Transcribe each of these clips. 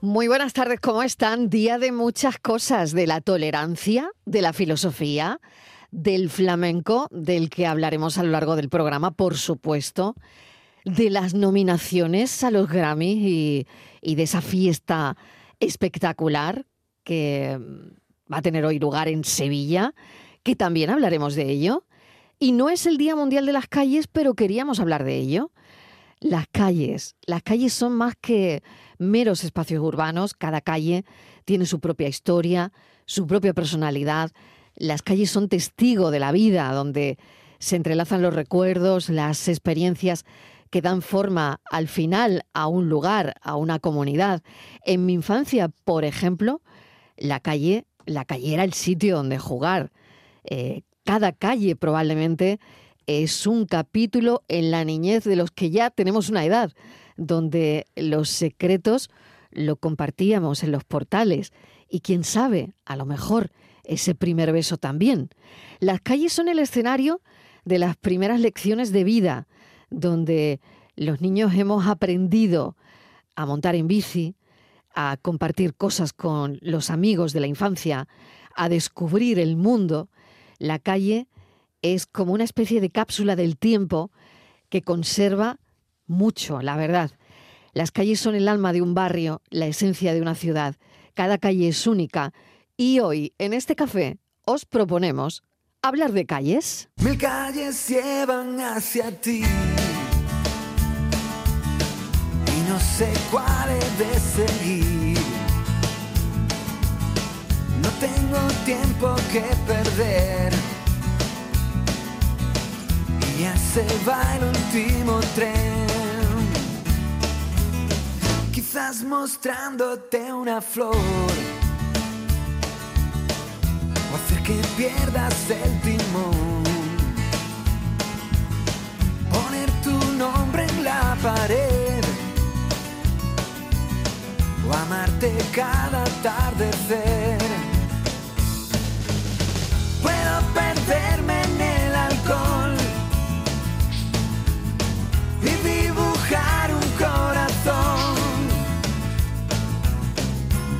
Muy buenas tardes, ¿cómo están? Día de muchas cosas, de la tolerancia, de la filosofía, del flamenco, del que hablaremos a lo largo del programa, por supuesto, de las nominaciones a los Grammys y, y de esa fiesta espectacular que va a tener hoy lugar en Sevilla, que también hablaremos de ello. Y no es el Día Mundial de las Calles, pero queríamos hablar de ello. Las calles. Las calles son más que meros espacios urbanos. Cada calle tiene su propia historia, su propia personalidad. Las calles son testigo de la vida, donde se entrelazan los recuerdos, las experiencias que dan forma al final a un lugar, a una comunidad. En mi infancia, por ejemplo, la calle, la calle era el sitio donde jugar. Eh, cada calle probablemente es un capítulo en la niñez de los que ya tenemos una edad, donde los secretos lo compartíamos en los portales y quién sabe, a lo mejor ese primer beso también. Las calles son el escenario de las primeras lecciones de vida, donde los niños hemos aprendido a montar en bici, a compartir cosas con los amigos de la infancia, a descubrir el mundo. La calle es como una especie de cápsula del tiempo que conserva mucho, la verdad. Las calles son el alma de un barrio, la esencia de una ciudad. Cada calle es única. Y hoy, en este café, os proponemos hablar de calles. Mil calles llevan hacia ti. Y no sé cuál he de seguir. No tengo tiempo que perder ya se va el último tren. Quizás mostrándote una flor o hacer que pierdas el timón. Poner tu nombre en la pared o amarte cada atardecer. Puedo perderme en el alcohol y dibujar un corazón.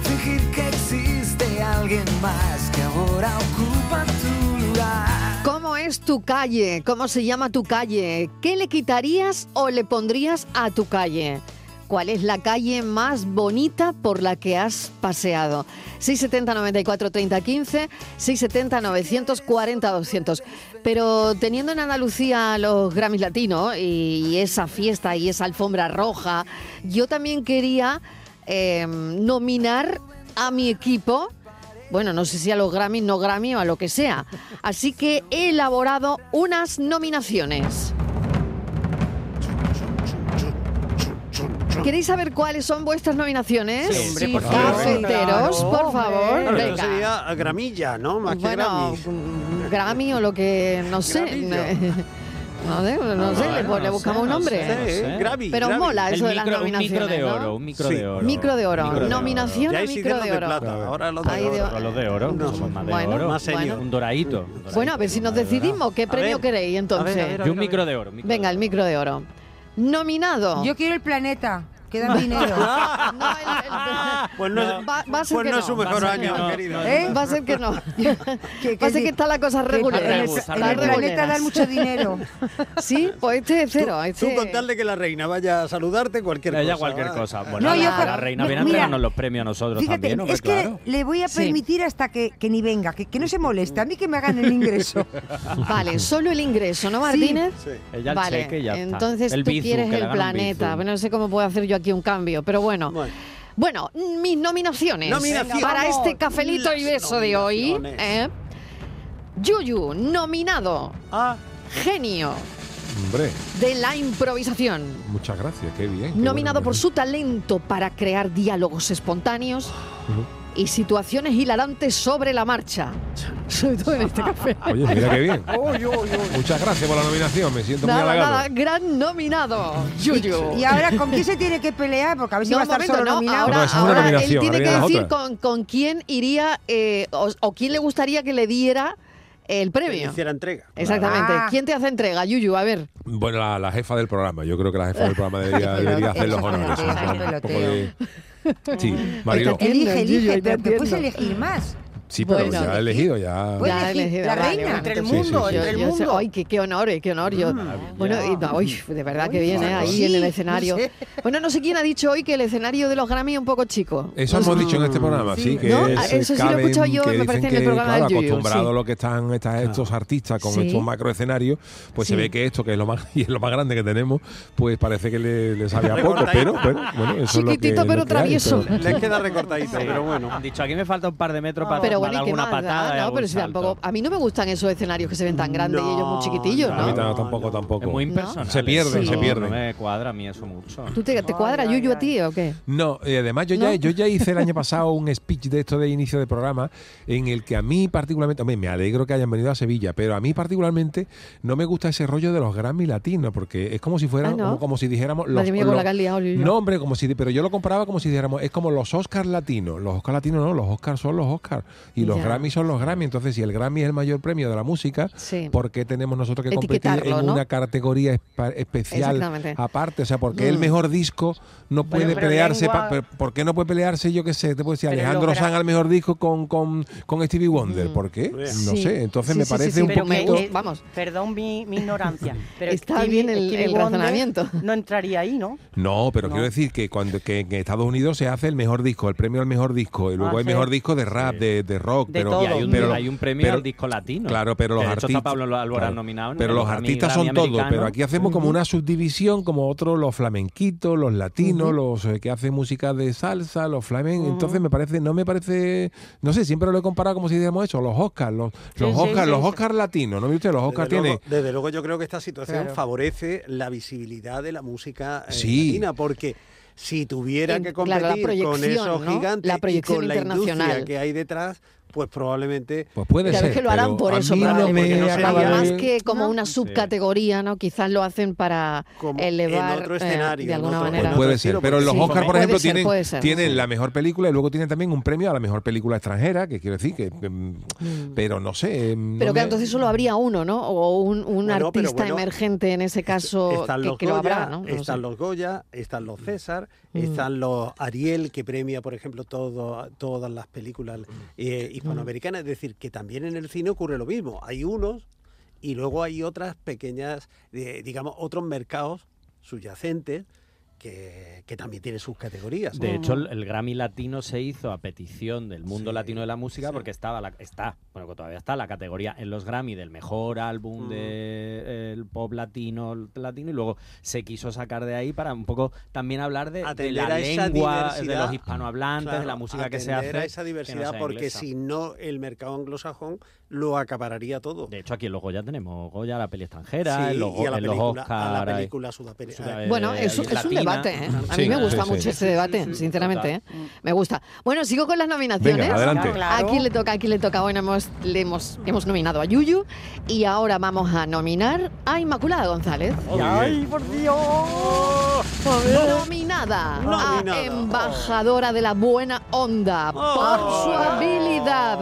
Fingir que existe alguien más que ahora ocupa tu lugar. ¿Cómo es tu calle? ¿Cómo se llama tu calle? ¿Qué le quitarías o le pondrías a tu calle? ¿Cuál es la calle más bonita por la que has paseado? 670 94 30 15, 670 940 200. Pero teniendo en Andalucía los Grammys Latinos y esa fiesta y esa alfombra roja, yo también quería eh, nominar a mi equipo. Bueno, no sé si a los Grammys, no Grammy o a lo que sea. Así que he elaborado unas nominaciones. ¿Queréis saber cuáles son vuestras nominaciones? Sí, hombre, Sí, por favor. Cafeteros, Claro, por favor. hombre. Eso Venga. sería gramilla, ¿no? Más Bueno, que Grammy. o lo que, no sé. Gramillo. No, sé, no sé, le, bueno, le no buscamos sé, un no nombre. sé, no Grammy. sé. Sí, Grammy. Pero Grammy. mola eso de El las micro, un nominaciones, micro de ¿no? oro, un micro Sí. de oro. Micro de oro. Micro de oro. Nominación Ya a ahí micro hicieron de de oro. plata, ahora los de Ahí oro. de- Los de oro, No. somos más de Bueno, oro. Más serio. bueno. Un doradito. un doradito, Bueno, a ver si nos más de dorado. decidimos. ¿Qué A premio ver, queréis entonces? a ver, a ver. Y un micro de oro. un micro Venga, de el oro. micro de oro. Nominado. Yo quiero el planeta, que Ah, dan dinero. No, el- el- Pues no, es- Va- va a ser pues que no no. es su mejor Va a ser año, que no. querida. ¿Eh? va a ser que no. Va a ser sí. que está la cosa Que regular. en el, Arrebus, en el arrebus. planeta dan mucho dinero. Sí, pues este es cero. Tú este- contarle que la reina vaya a saludarte cualquier Ya cosa. Ah. cualquier va. cosa. Bueno, No, la, yo la creo- reina mi- viene a mira, entregarnos los premios a nosotros Fíjate, también, hombre, es que claro. le voy a Sí. permitir hasta que, que ni venga, que, que no se moleste, a mí que me hagan el ingreso. Vale, solo el ingreso, ¿no, Martínez? Sí. Ella el vale, cheque y ya está. entonces El tú bizu, quieres que le el hagan un bizu. planeta. Bueno, no sé cómo puedo hacer yo aquí un cambio, pero bueno. Bueno. Bueno, mis nominaciones Nominaciones. para Vamos, este cafelito y las beso de hoy. nominaciones. ¿eh? Yuyu, nominado, Ah, genio Hombre, de la improvisación. muchas gracias, qué bien. qué Nominado bueno, por su talento para crear diálogos espontáneos y situaciones hilarantes sobre la marcha. Sobre todo en este café. Oye, mira qué bien. Muchas gracias por la nominación, me siento muy Nada, halagado. nada, gran nominado, Yuyu. Y ahora, ¿con quién se tiene que pelear? Porque a ver si No, va a estar momento, solo no, nominado. Ahora, No, esa es una ahora él nominación, tiene ahora que viene la decir otra. con, con quién iría eh, o, o quién le gustaría que le diera el que premio. hiciera entrega. Exactamente. Ah. ¿Quién te hace entrega, Yuyu? A ver. Bueno, la, la jefa del programa, yo creo que la jefa del programa debería, debería hacer los honores. Peloteo, ¿no? Un poco de- Sí, Oye, Mariló. te elige, entiendo, Gillo, elige, ahí te pero te puedes entiendo. elegir más. Sí, pero Bueno. ya he elegido, ya. Puedes Ya he elegir, elegido, la vale, reina. bueno, Entre el entonces- mundo, yo- entre el yo sé- mundo. ay, qué, qué honor, eh, qué honor. Yo, Ah, bueno, y- ay, de verdad que viene ahí en el Sí, escenario. no sé. Bueno, no sé quién ha dicho hoy que el escenario de los Grammy es un poco chico. Eso No sé. hemos dicho en este programa, sí, Sí. que No, Ah, es, eso Pues mm, sí lo he caben, escuchado yo, que me dicen parece, en el que, programa claro, del Yuyu, acostumbrado sí. lo que están estas- estos artistas con Sí. estos macro escenarios, pues Sí. se ve que esto, que es lo más y es lo más grande que tenemos, pues parece que le, le sabe a poco, Recortadito. pero bueno, bueno, eso es lo que- Chiquitito, lo pero que hay, travieso. pero- Les queda recortadito, Sí. pero bueno. Han dicho, aquí me falta un par de metros para, Pero para bueno, ¿y dar qué alguna más? patada. da? y no, algún pero si salto. tampoco. A mí no me gustan esos escenarios que se ven Mm, tan grandes y ellos muy chiquitillos, A mí ¿no? tam- tampoco, tampoco. Es muy impersonal. Se pierde, Sí. se No, pierde. No me cuadra a mí eso mucho. ¿Tú te, te cuadra, Ay, Yuyu, ay, a ti o qué? No, eh, y además yo ya, ¿No? yo ya hice el año pasado un speech de esto de inicio de programa en el que a mí particularmente, hombre, me alegro que hayan venido a Sevilla, pero a mí particularmente no me gusta ese rollo de los Grammy latinos, porque es como si fueran, Ah, ¿no? como, como si dijéramos los... Madre mía, con los- la que has liado, Yuyu. no, hombre, como si, pero yo lo comparaba como si dijéramos, es como los Oscars latinos, los Oscars latinos no, los Oscars son los Oscars y los Ya. Grammy son los Grammy, entonces si el Grammy es el mayor premio de la música, Sí. ¿por qué tenemos nosotros que competir Etiquetarlo, en ¿no? una categoría espa- especial Exactamente. Mm. aparte? O sea, porque el mejor disco no puede pero pelearse. lengua- pa- pero ¿Por qué no puede pelearse? Yo qué sé, te puedo decir Pero Alejandro los gra- Sanz al mejor disco con, con, con Stevie Wonder. ¿Por qué? No Mm. Sí. sé. Entonces Sí, me sí, sí, parece sí, un pero poquito. que- vamos. Perdón mi, mi ignorancia. Pero Está bien el- el Wonder razonamiento. No entraría ahí, ¿no? No, pero No. quiero decir que cuando que en Estados Unidos se hace el mejor disco, el premio al mejor disco, y luego Ah, el sí. mejor disco de rap, de, de rock, De pero, todo. Y hay un, pero- hay un premio pero- al disco latino. Claro, pero los Que de hecho artistas. está Pablo Alborán claro. nominado en Pero el los Grammy- artistas Grammy son todos. americano. Pero aquí hacemos como una subdivisión, como otros, los flamenquitos, los latinos, los eh, que hacen música de salsa, los flamencos. Entonces me parece, no me parece, no sé, siempre lo he comparado como si dijéramos eso, los Oscars, los, los sí, Oscars, sí, los sí. Oscars latinos, ¿no? Mire usted, Eh, los Oscars desde tienen. Luego, desde luego yo creo que esta situación Claro. favorece la visibilidad de la música eh, Sí. latina, porque si tuviera En- que claro, la competir con proyección, esos ¿no? gigantes La proyección y con la internacional. industria que hay detrás, pues probablemente Pues puede Claro, ser. es que lo harán pero por a eso, mí claro, no me porque no se acaba habla Más de- que como No. una Sí. subcategoría, ¿no? Quizás lo hacen para Como elevar en otro eh, escenario, de en alguna otro- manera. en Puede otro ser, estilo, pero porque los sí, Oscar, por puede ejemplo, ser, tienen, puede ser, tienen sí. la mejor película y luego tienen también un premio a la mejor película extranjera, que quiero decir que. mm, Pero no sé. mm, Pero no que me- entonces solo habría uno, ¿no? O un, un Bueno, pero artista bueno, emergente en ese caso están que, los que lo habrá, Goya, ¿no? No lo están sé. Mm. los Goya, están los César, están los Ariel, que premia, por ejemplo, todo, todas las películas Mm. eh, hispanoamericanas. Es decir, que también en el cine ocurre lo mismo. Hay unos y luego hay otras pequeñas, eh, digamos, otros mercados subyacentes que, que también tienen sus categorías. De hecho, el, el Grammy Latino se hizo a petición del mundo latino de la música porque estaba la, está, bueno, que todavía está la categoría en los Grammy del mejor álbum del pop latino, el latino y luego se quiso sacar de ahí para un poco también hablar de, de Atender la a esa lengua de diversidad. los hispanohablantes, de la Claro, música que se hace. atender a esa que no diversidad, sea porque inglesa. si no, el mercado anglosajón lo acapararía todo. De hecho, aquí en los Goya tenemos Goya, la peli extranjera, Sí, en los, y a la en los película, a la Oscar, hay- película sudamericana. Sudamer- Bueno, eh, es, un- es un latina. debate, ¿eh? A mí Sí, me gusta sí, mucho sí. ese debate, sinceramente, ¿eh? Me gusta. Bueno, sigo con las nominaciones. Venga, adelante. Claro. ¿A quién le toca? ¿A quién le toca? Bueno, hemos, le hemos, hemos nominado a Yuyu y ahora vamos a nominar a Inmaculada González. ¡Ay, por Dios! Nominada, Nominada. a Ah, embajadora de la buena onda Oh. por su habilidad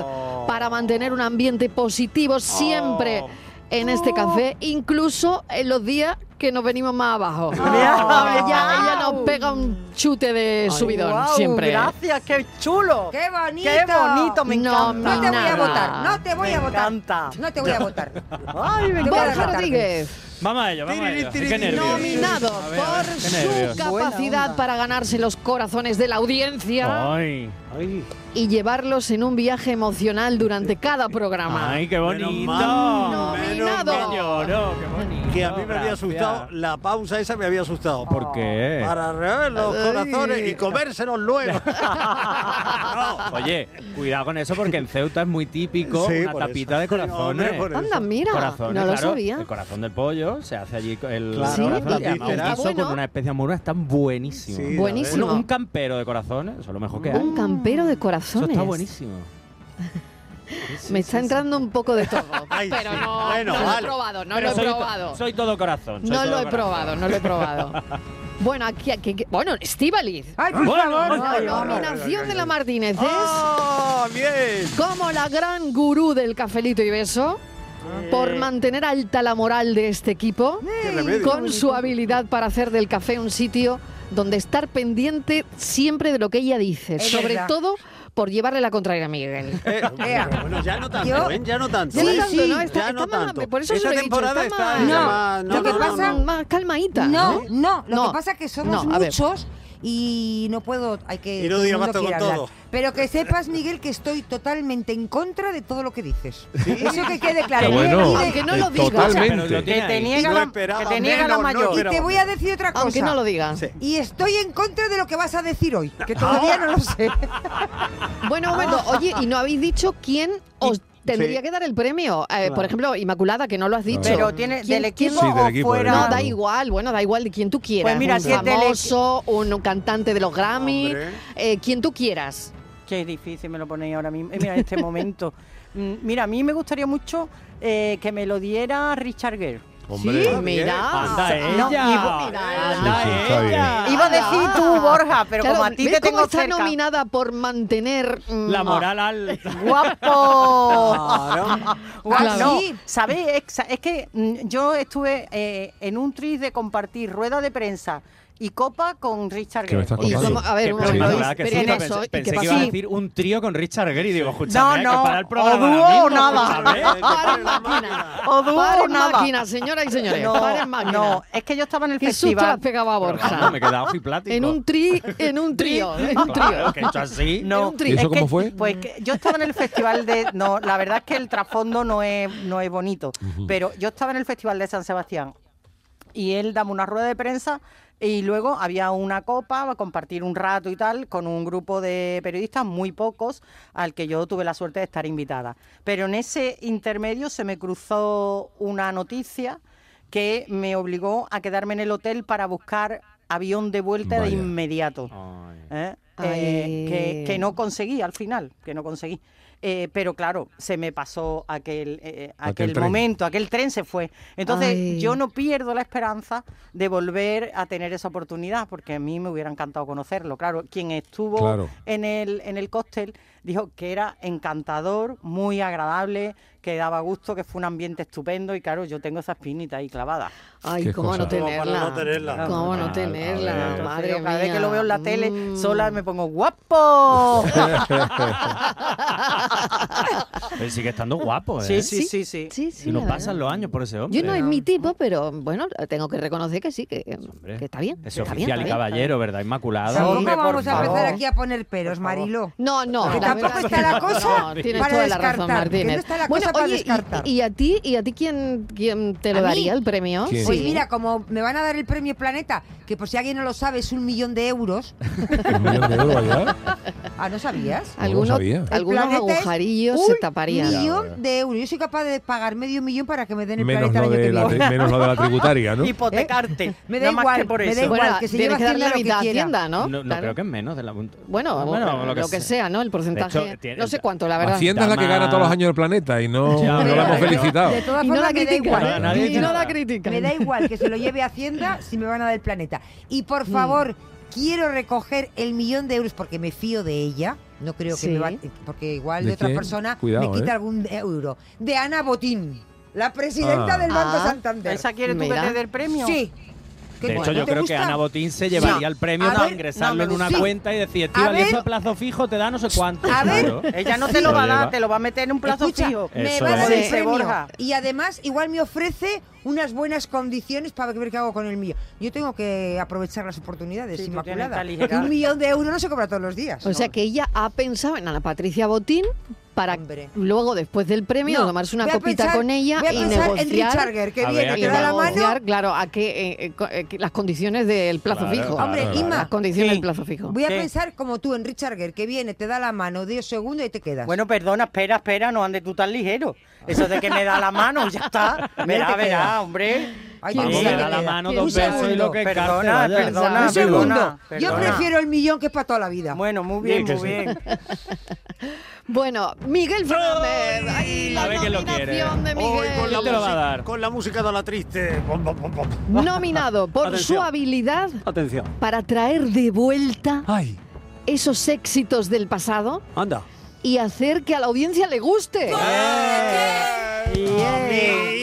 para mantener un ambiente positivo Oh. siempre en este café, incluso en los días que nos venimos más abajo. Ella, ella nos pega un chute de subidón Guau, siempre. Gracias, qué chulo. ¡Qué bonito! Qué bonito, me No, encanta. No te voy a Nada. votar, no te voy Me a votar. encanta. No te voy a votar. Ay, me Voy a Borja votar. Rodríguez, Vamos a ello, vamos a ello. Qué nervios. nominado A ver, a ver, por qué su nervios. capacidad onda. para ganarse los corazones de la audiencia. Ay, Ay. y llevarlos en un viaje emocional durante cada programa. ay, qué bonito. Menos mal. Nominado. Que lloró, qué bonito. Que a mí me había asustado, la pausa esa me había asustado. Porque ¿Por qué? para rever los Ay. corazones y comérselos luego. No. Oye, cuidado con eso porque en Ceuta es muy típico Sí, una por eso. tapita de corazones. Hombre, por eso. Anda, mira, Corazones, no lo claro, sabía. El corazón del pollo se hace allí con el Claro, Sí, corazón la y además un víscera. guiso Bueno. con una especie amorosa está buenísimo. Sí, la Buenísimo. Uno- un campero de corazones, eso es lo mejor que hay. Un campero de Eso corazones. está buenísimo. Sí, sí, Me está sí, sí. entrando un poco de todo, Ay, pero sí. no, Bueno, no lo he vale. probado, no Pero lo he soy to- probado. Soy todo corazón. soy No todo lo he corazón. probado, no lo he probado. Ah, Bueno, aquí, aquí, aquí- bueno, Estivaliz. ¡Ay, por Bueno, favor! no, bueno, no, no. Nominación de la Martínez es ¡Ah, bien! como la gran gurú del cafelito y beso Eh. por mantener alta la moral de este equipo. ¡Qué remedio! con su habilidad para hacer del café un sitio donde estar pendiente siempre de lo que ella dice, Es sobre verdad. todo por llevarle la contraria a Miguel. Eh, pero bueno, ya no tanto, Yo- ¿eh? Ya no tanto. Ya no ¿eh? tanto, ¿no? Está- ya no está más- tanto. por eso os Esta lo he dicho, temporada está está... más- ya No, más- lo que Ah, no, no, pasa- no. Más- más calmadita. No, no, lo No. que pasa es que somos No, a ver. muchos y no puedo, hay que... Y no todo el diga mundo basta quiere con hablar. todo. Pero que sepas, Miguel, que estoy totalmente en contra de todo lo que dices. Eso que quede claro. Pero bueno, Y de- Aunque no lo eh, digas. totalmente. Pero lo Que tiene te ahí. niega, No la, esperaba que te niega la menos, no mayor. y te voy a decir otra cosa. Aunque no lo diga. Sí. Y estoy en contra de lo que vas a decir hoy, que todavía no lo sé. Bueno, bueno, oye, y no habéis dicho quién os tendría sí. que dar el premio. Eh, Por ejemplo, Inmaculada, que no lo has dicho. Pero tiene ¿Quién- del quién- equipo Sí, del o equipo, del fuera. No, Claro. da igual, bueno, da igual de quien tú quieras. Pues mira, un si es del famoso, un cantante de los Grammy, Hombre. eh, quien tú quieras. Qué difícil me lo ponéis ahora mismo. Eh, Mira, en este momento. Mm, Mira, a mí me gustaría mucho eh, que me lo diera Richard Gere. Hombre, sí, bien. mira. Anda ella. no, y vo- Mira, Sí, sí, está ella. Iba a decir tú, Borja, pero Claro, como a ti ¿ves te tengo cómo está cerca. nominada por mantener mm, La moral alta. ¡Guapo! Claro. Guau, Claro. no, Sí. ¿sabéis? Exa- Es que mm, yo estuve eh, en un tris de compartir rueda de prensa y copa con Richard ¿Qué me Gere. estás Y Ojalá. como- a ver, Que un por momento, la verdad y- que pero sí, en no, eso, pensé, ¿y pensé qué que pasa? iba a Sí. decir un trío con Richard Gere y digo, No, escúchame, hay no, que parar el programa o ahora dúo o mismo, nada. escúchame. Eh, que pare la máquina. O dúo o Paren nada. máquina, señoras y señores, paren máquina. no, es que yo estaba en el Qué susto festival. la pegaba a No, Borja. me he quedado plático. En un tri, en un trío, en un trío. Claro, que he hecho así. En No, un ¿Y trío. eso es cómo que- fue? Pues que yo estaba en el festival de. No, la verdad es que el trasfondo no es, no es bonito. Pero yo estaba en el festival de San Sebastián y él daba una rueda de prensa y luego había una copa a compartir un rato y tal con un grupo de periodistas, muy pocos, al que yo tuve la suerte de estar invitada. Pero en ese intermedio se me cruzó una noticia que me obligó a quedarme en el hotel para buscar avión de vuelta de Vaya. inmediato. Ay. ¿eh? Ay. Eh, que, que no conseguí al final, que no conseguí. Eh, pero claro, se me pasó aquel, eh, Aquel aquel, tren. momento, aquel tren se fue. Entonces Ay. yo no pierdo la esperanza de volver a tener esa oportunidad, porque a mí me hubiera encantado conocerlo. Claro, quien estuvo Claro. en el, en el cóctel dijo que era encantador, muy agradable, que daba gusto, que fue un ambiente estupendo y claro, yo tengo esa espinita ahí clavada. Ay, Qué cómo no cosa. Como para tenerla. no tenerla. Cómo no Ah, a tenerla, ver. madre Pero mía. cada vez que lo veo en la tele Mm. sola me pongo guapo. Él sigue estando guapo, ¿eh? Sí, sí, sí, sí. Sí, sí, Y no la pasan verdad. los años por ese hombre. Yo no es mi tipo, pero bueno, tengo que reconocer que sí, que, Hombre. que está bien. Es que está oficial bien, y está bien. caballero, ¿verdad? Inmaculada. Tampoco Hombre, por vamos a empezar favor. aquí a poner peros, Marilo. No, no, Que la tampoco verdad está es que la no, cosa no, tienes para toda la descartar, razón, que no Martínez. está la bueno, cosa para oye, y- descartar. Y, a ti, y a ti quién, quién te ¿A lo mí? daría el premio? ¿Quién? Pues Sí. mira, como me van a dar el premio Planeta, que por si alguien no lo sabe es un millón de euros. Un millón de euros, ¿verdad? Ah, ¿no sabías? No lo Algunos, sabía. El algunos planeta es agujarillos se un taparían. millón Ya, bueno. de euros. Yo soy capaz de pagar medio millón para que me den el Menos planeta lo, el año que de la, viene. tri- menos lo de la tributaria, ¿no? Hipotecarte. Me da Nada más igual, que por me da eso. igual. Bueno, que se lleva tienes que darle Hacienda la lo que mitad a quiera. Hacienda, ¿no? No, no, Claro. creo que es menos de la... Ah, Bueno, Bueno, lo, que sea, ¿no? El porcentaje. tiene- no sé cuánto, la verdad. Hacienda es la que gana todos los años el planeta y no, Ya, no la pero- hemos felicitado. De todas Y no formas, la me da critican. Nada, igual. nadie y dice no la nada. critican. ¿eh? Me da igual que se lo lleve a Hacienda si me van a dar el planeta. Y por favor, quiero recoger el millón de euros porque me fío de ella. No creo que Sí. me va, porque igual ¿De de, otra quién? persona Cuidado, me quita ¿eh? algún euro. De Ana Botín, la presidenta Ah. del Banco Ah. Santander. ¿Esa quiere tú Mira. que te dé el premio? Sí. ¿Qué De hecho, bueno, yo ¿te creo que gusta? Ana Botín se llevaría el premio A para ver, no, ingresarlo en me una gusta. cuenta y decir, Estíbal, ver- eso a plazo fijo te da no sé cuánto. A ver- claro. Ella no te lo va a lleva. dar, te lo va a meter en un plazo Escucha, fijo. me Eso va a dar el es. premio. Borja. Y además, igual me ofrece unas buenas condiciones para ver qué hago con el mío. Yo tengo que aprovechar las oportunidades, Sí, tú tienes que Inmaculada. aligerar. Un millón de euros no se cobra todos los días. O sea que ella ha pensado en Ana Patricia Botín para Hombre. luego, después del premio, No, tomarse una voy a copita pensar- con ella voy a y pensar negociar. en Richard Gere, que A viene, ver, que y me da la negociar, mano. claro, a que, eh, eh, co- eh, que las condiciones del plazo Claro, fijo. claro, Hombre, claro. Inma, Las condiciones sí. del plazo fijo. Voy a ¿Qué? pensar como tú en Richard Gere, que viene, te da la mano, 10 segundos y te quedas. Bueno, perdona, espera, espera, no andes tú tan ligero. Eso de que me da la mano, ya está. Verá, te queda. verá, hombre. Ay, Sí. ¿quién Vamos, sabe le da qué la queda? mano Un dos veces y segundo. lo que encarte, Perdona, vaya. perdona, Un segundo. perdona, Yo perdona. prefiero el millón que es para toda la vida. Bueno, muy Sí, bien, que muy sí. bien. Bueno, Miguel Fernández. Ay, la A ver quién lo quiere. nominación de Hoy con Miguel. la, te lo va a música- dar? con la música de la triste. Pom, pom, pom, pom. Nominado por su Atención. habilidad Atención. para traer de vuelta Ay, esos éxitos del pasado anda. y hacer que a la audiencia le guste. Ay, hombre.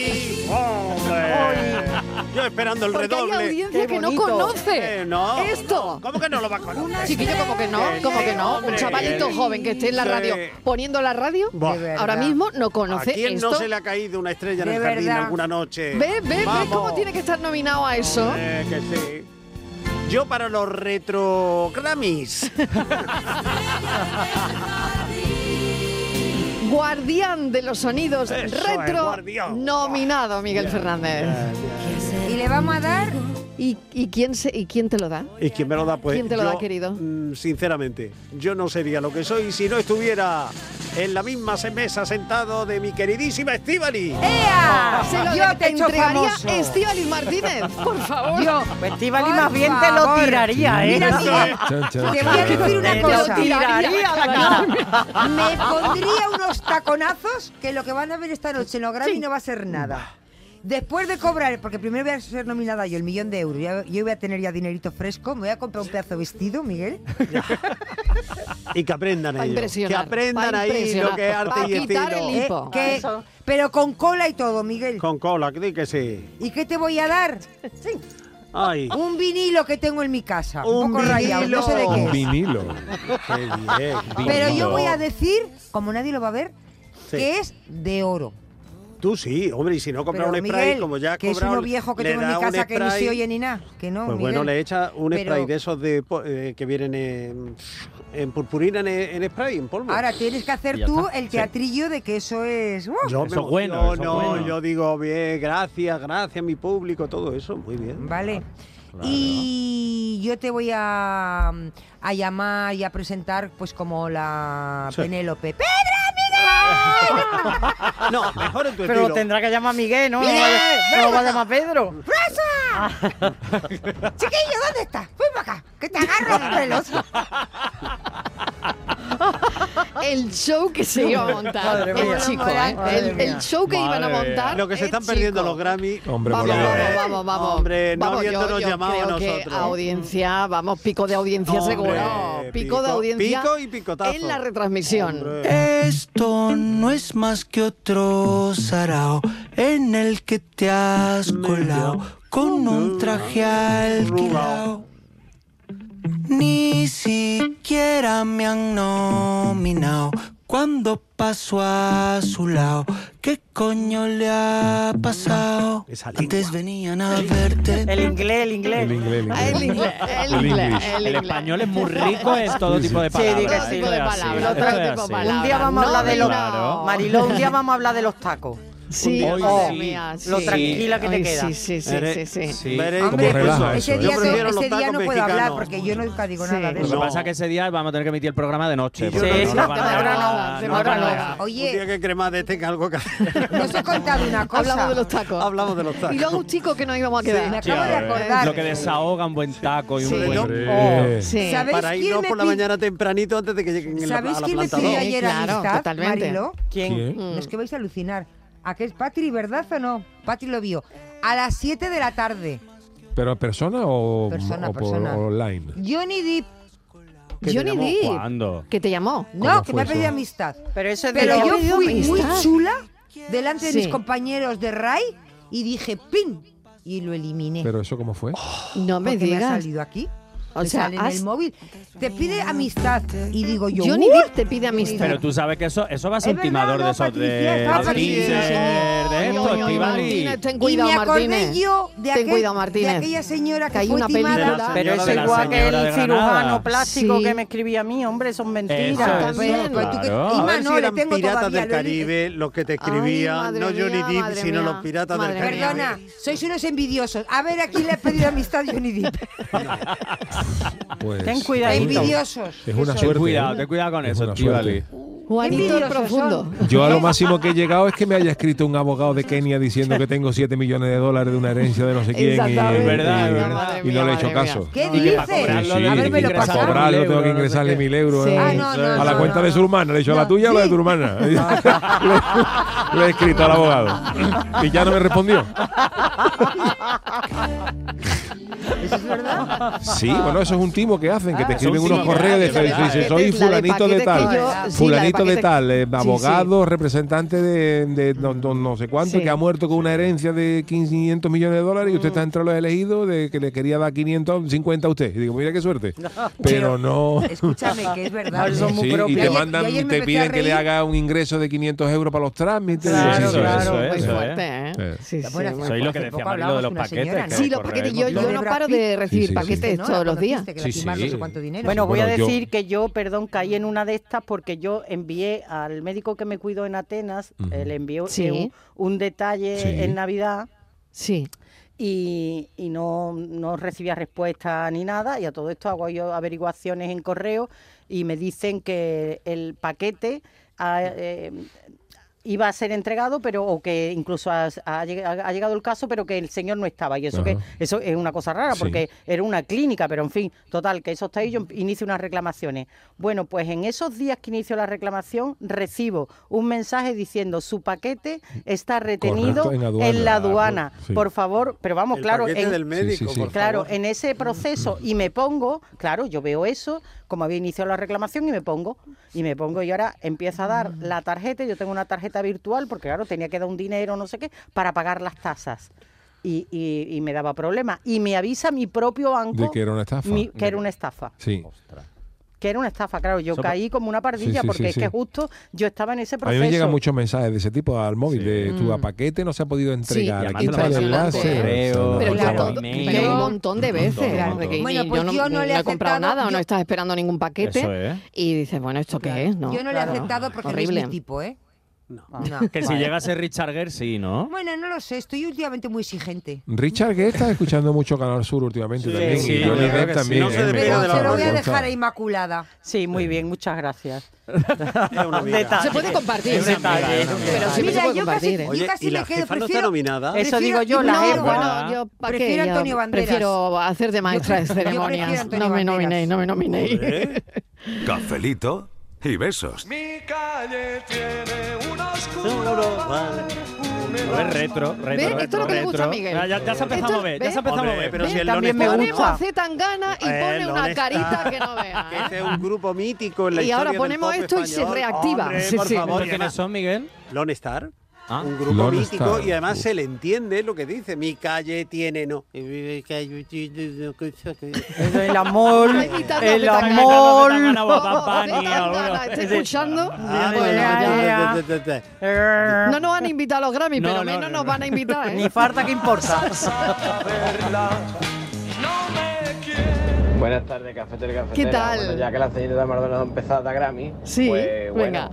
Yo esperando el Porque hay redoble. audiencia Qué que no bonito. conoce Eh, no, esto. ¿Cómo que no lo vas a conocer? Chiquillo, como que no, Sí, como que no. Un hombre, chavalito sí. joven que esté en la Sí. radio poniendo la radio, Buah. De verdad. ahora mismo no ¿A conoce quién esto. no se le ha caído una estrella en De el jardín verdad. alguna noche? ¿Ves, ves, ves Vamos. cómo tiene que estar nominado a eso? Eh, que sí. Yo para los retro Grammys. Guardián de los sonidos Eso es, retro guardián. nominado Miguel Fernández. Y le vamos a dar ¿Y, y quién se, ¿Y quién te lo da? ¿Y quién me lo da? Pues ¿Quién te lo yo, da, querido? mm, Sinceramente, yo no sería lo que soy si no estuviera en la misma se- mesa sentado de mi queridísima Estivali. ¡Ea! Se lo Yo de- te echo entregaría famoso. Estíbaliz Martínez, por favor. Yo, Festivali Por más bien te lo favor. tiraría, ¿eh? Mira, Eso es. Chan, chan, Te voy a chan. decir una Te lo cosa. tiraría a la cara. Me pondría unos taconazos que lo que van a ver esta noche en los Grammy no va a ser nada. Después de cobrar, porque primero voy a ser nominada yo el millón de euros, ya- yo voy a tener ya dinerito fresco, me voy a comprar un pedazo de vestido, Miguel. Y que aprendan Pa' ellos. Que impresionar, aprendan pa' ahí lo impresionar, que es arte pa' y quitar el estilo. Eh, Tipo. que- Eso. pero con cola y todo, Miguel. Con cola, di que sí. ¿Y qué te voy a dar? Ay, Un vinilo que tengo en mi casa. Un, Un poco rayado, no sé de vinilo. qué. Un es. vinilo. qué bien. Pero yo Vinilo. voy a decir, como nadie lo va a ver, Sí. que es de oro. Tú sí, hombre, y si no compras Pero, un spray, Miguel, como ya has que es cobrado, uno viejo que le tengo en mi da un casa que no spray, se oye ni nada. Que no, Pues bueno, Miguel. le echa un Pero- spray de esos de, po- eh, que vienen en, en purpurina, en, en spray, en polvo. Ahora tienes que hacer Y ya tú está. el teatrillo de que eso es. ¡Wow! yo Eso me bueno, emociono, eso bueno. yo digo, bien, gracias, gracias, mi público, todo eso, muy bien. Vale. Y yo te voy a, a llamar y a presentar, pues como la Sí. Penélope. No, mejor en tu Pero estilo. tendrá que llamar Miguel, ¿no? No lo va a- no lo va a llamar Pedro. Chiquillo, ¿dónde estás? Ven para acá, que te agarro los pelos. El show que se iba a montar. Madre el mía. chico, Madre ¿eh? El, el mía. show que iban a Madre mía. montar. Lo que se el están perdiendo chico. los Grammy. Hombre, Vamos, por Eh, favor. vamos, vamos, vamos. Hombre, no vamos, yo- habiéndonos yo llamado creo que nosotros. audiencia, vamos, pico de audiencia Hombre, seguro. Pico, de pico- audiencia. pico y picotazo. En la retransmisión. Hombre. Eh, Esto no es más que otro sarao en el que te has colado con un traje alquilado. Ni siquiera me han nominado cuando paso a su lado. ¿Qué coño le ha pasado? Esa lengua. Antes venían a verte. El inglés, el inglés. El inglés, el inglés. El inglés, el El inglés, English. el El inglés. español es muy rico en todo Sí, sí. tipo de Sí, diga palabras. sí. esto Todo es tipo de así, palabras, esto todo es tipo de así. palabras. Un día vamos a hablar de los. Claro. Mariló, un día vamos a hablar de los tacos. Oh, Sí, Hoy madre sí. mía, Lo sí. tranquila que te Ay, queda. Sí, sí, sí, sí, Eres- sí. Sí. Veréis Hombre, cómo pues eso. Ese Yo día, no- prefiero los ese día tacos no puedo hablar mexicanos. porque yo nunca digo Sí. nada de Lo que eso. No. pasa es que ese día vamos a tener que emitir el programa de noche. Sí, porque sí, no no, lo van a ahora no, grabar, no ahora lo van a no. grabar. Un día Oye, que Cremades tenga algo que hacer. no os he contado una cosa. Hablamos de los tacos. Hablamos de los tacos. Y luego un chico que nos íbamos a me quedar. acabo de Claro, ¿eh? acordar. Lo que desahoga un buen taco y un Sí. buen. Hombre. Oh. Eh, Sí. ¿Sabéis Para quién irnos me por la pi- mañana tempranito antes de que lleguen en la- ¿Sabéis a la quién me planta pidió dos. ayer Claro, amistad, totalmente. Mm. Mariló? ¿Quién? ¿quién? No es que vais a alucinar. ¿A qué es Patri, verdad o no? Patri lo vio. A las 7 de la tarde. ¿Pero persona o, Persona, o por persona. online? Johnny Depp. que Johnny tenemos Depp, ¿Cuándo? que te llamó. No, ¿Cómo que fue me ha pedido eso? amistad. Pero eso es de Pero los- yo pidió fui muy amistad. chula delante de Sí. mis compañeros de RAI y dije ¡pin! Y lo eliminé. ¿Pero eso cómo fue? No me porque me ha digas. salido aquí. O me sea, sale en has- el móvil. Te pide amistad. Y digo yo. Johnny "Uy". Depp te pide amistad. Pero tú sabes que eso, eso va a ser Es un verdad, timador no, de esos de, Patricia, está de Patricia, Tinder, sí. de esto, Oye, oye, Estivali. Martínez, ten Y cuidado, me acordé Martínez. yo de, Ten aquel- cuidado, de Martínez. Este aquella señora que, Que hay fue una timada. película. Pero Señora eso de es la igual que señora de el Granada. cirujano plástico Sí. que me escribía a mí, hombre, son Ah, mentiras. Eso también. Bueno, pues tú que- Claro. y A ver Manolo, si eran tengo piratas todavía del lo he leído. Caribe los que te Ay, escribían, no madre Johnny mía, Depp, madre sino mía. los piratas Madre del Caribe. mía. Perdona, sois unos envidiosos. A ver, aquí le he pedido amistad a Johnny Depp. Pues, Ten cuidadito. Envidiosos. Es una Eso. Ten suerte. cuidado, ¿eh? ten cuidado con Es eso, una Estivali. suerte. Juanito el Envidiosos profundo. son. Yo a lo máximo que he llegado es que me haya escrito un abogado de Kenia diciendo que tengo 7 millones de dólares de una herencia de no sé quién y, Exactamente. y- Verdad, y verdad. no le he Madre hecho mía. caso. ¿Qué Y que pa' dices? cobrarlo, A ver, me lo para pasaron. cobrarlo tengo que no sé ingresarle qué. mil euros Sí. eh, Ah, no, no, a la no, cuenta no, de su no. hermana. Le he dicho a la No, tuya o la de sí. tu hermana. Le, le he escrito al abogado y ya no me respondió. ¿Eso es verdad? Sí, bueno, eso es un timo que hacen, que te es un escriben unos timo, correos de es verdad, dice, es soy verdad. fulanito de La de tal, paquetes que yo- sí, la de fulanito fulanito para que de te- tal, eh, Sí, abogado, representante de, de don- don no sé cuánto, Sí. que ha muerto con una herencia de 500 millones de dólares y usted está entre los elegidos de que le quería dar 550 a usted. Y digo, mira qué suerte. Pero no... Escúchame, que es verdad. Ahora son muy Sí, y propios. te Ayer- mandan, y ayer me te empecé a piden que le reír. haga un ingreso de 500 euros para los trámites. Claro, Sí, sí, sí, claro. sí. eso, muy eso, fuerte, ¿eh? ¿eh? Eh. Sí, sí. Bueno, hace Sois lo poco- que hace decía poco Marilo de hablábamos los con una paquetes, señora, que ¿no? Sí, Sí, los paquetes. correcto. Yo, Lo yo de no Brad paro Pitt. de recibir Sí, sí, sí. paquetes No, la todos los días. conociste, que la Sí, sí. timaron no sé cuánto dinero. Bueno, voy Bueno, a yo- decir que yo, perdón, caí en una de estas porque yo envié al médico que me cuidó en Atenas, Ujú. eh, le envié Sí. eh, un, un detalle Sí. en Navidad Sí. y, y no, no recibía respuesta ni nada. Y a todo esto hago yo averiguaciones en correo y me dicen que el paquete ha, eh, iba a ser entregado, pero o que incluso ha, ha lleg- ha llegado el caso, pero que el señor no estaba. Y eso, que, Ajá. eso es una cosa rara, Sí. porque era una clínica, pero en fin, total, que eso está ahí. Yo inicio unas reclamaciones. Bueno, pues en esos días que inicio la reclamación, recibo un mensaje diciendo su paquete está retenido Correcto, en en, aduana". Ah, la aduana. Sí. Por favor, pero vamos, El claro, paquete en, del médico, sí, sí. por claro, favor. en ese proceso y me pongo, claro, yo veo eso, como había iniciado la reclamación y me pongo, y me pongo y ahora empieza a dar la tarjeta, yo tengo una tarjeta virtual porque claro, tenía que dar un dinero, no sé qué, para pagar las tasas. Y, y- y me daba problemas. Y me avisa mi propio banco De que era una estafa. mi- que era una estafa. Sí. Que era una estafa, claro. Yo Eso pa- caí como una pardilla Sí, sí, porque sí, es sí. que justo yo estaba en ese A mí proceso. me llegan muchos mensajes de ese tipo al móvil, Sí. de tu Mm. paquete no se ha podido entregar. Y Aquí además está lo el mandan por enlace. correo, Está Pero, por claro, claro, to- email. pero un montón de veces. Un montón, un de que montón. Bueno, ni- pues yo no, yo no le he he comprado aceptado, nada, yo- no estás esperando ningún paquete. Eso es. Y dices, bueno, ¿esto qué es? No, Yo no claro. le he aceptado porque no Horrible. es mi tipo, ¿eh? No. No. Que si llegase Richard Gere, sí, ¿no? Bueno, no lo sé, estoy últimamente muy exigente. Richard, que está escuchando mucho Canal Sur últimamente Sí, también. sí, y yo Johnny creo Depp que sí. también. No se ¿eh? Me despega Pero de la consta, se lo me voy a consta. dejar a Inmaculada. Sí, muy bien, muchas gracias. Es una amiga. Detalle. Se puede compartir. Es un detalle, es un Pero siempre se Mira, puede yo casi- compartir. ¿eh? Oye, Yo casi y me la quedo, jefa no está prefiero- nominada. Eso digo yo, la no, jefa. bueno, yo pa' qué, Prefiero yo Antonio Banderas. Prefiero hacer de maestra de Yo prefiero ceremonias. Antonio No me Banderas. nominéis, no me nominéis. ¿Eh? Cafelito y besos. A ver, retro, retro. ¿Ves? Esto es lo que le gusta a retro. Miguel. Ah, Ya, ya se ha empezado Esto- a mover, ya ¿ves? se ha empezado a Hombre, mover. pero si el También Lone me está- Pone gusta. tan gana y Eh, pone una ¿dónde está? carita que no Que vea. Este es un grupo mítico en la Y ahora historia del ponemos pop esto y se español. reactiva. Hombre, Sí, por sí. favor, y ¿Quiénes además, son, Miguel? Lone Star, Ah. un grupo Lone mítico Star. y además Uf. se le entiende lo que dice. Mi calle tiene no. Mi calle tiene no. Eso, El amor, Ay, mi tanga, mi el tanga, amor. mi tanga, mi tanga, Vamos, Papá, de ni tan ahora. gana, ¿Está escuchando? Ah, Bueno, ya. Eh, No nos han invitado a los Grammy, No, pero no, menos no, nos no. van a invitar. Ni ¿eh? falta que importa. Buenas tardes, cafetero y cafetera. ¿Qué tal? Bueno, ya que la señorita Maldonado ha empezado a dar Grammy, Sí, pues venga. bueno,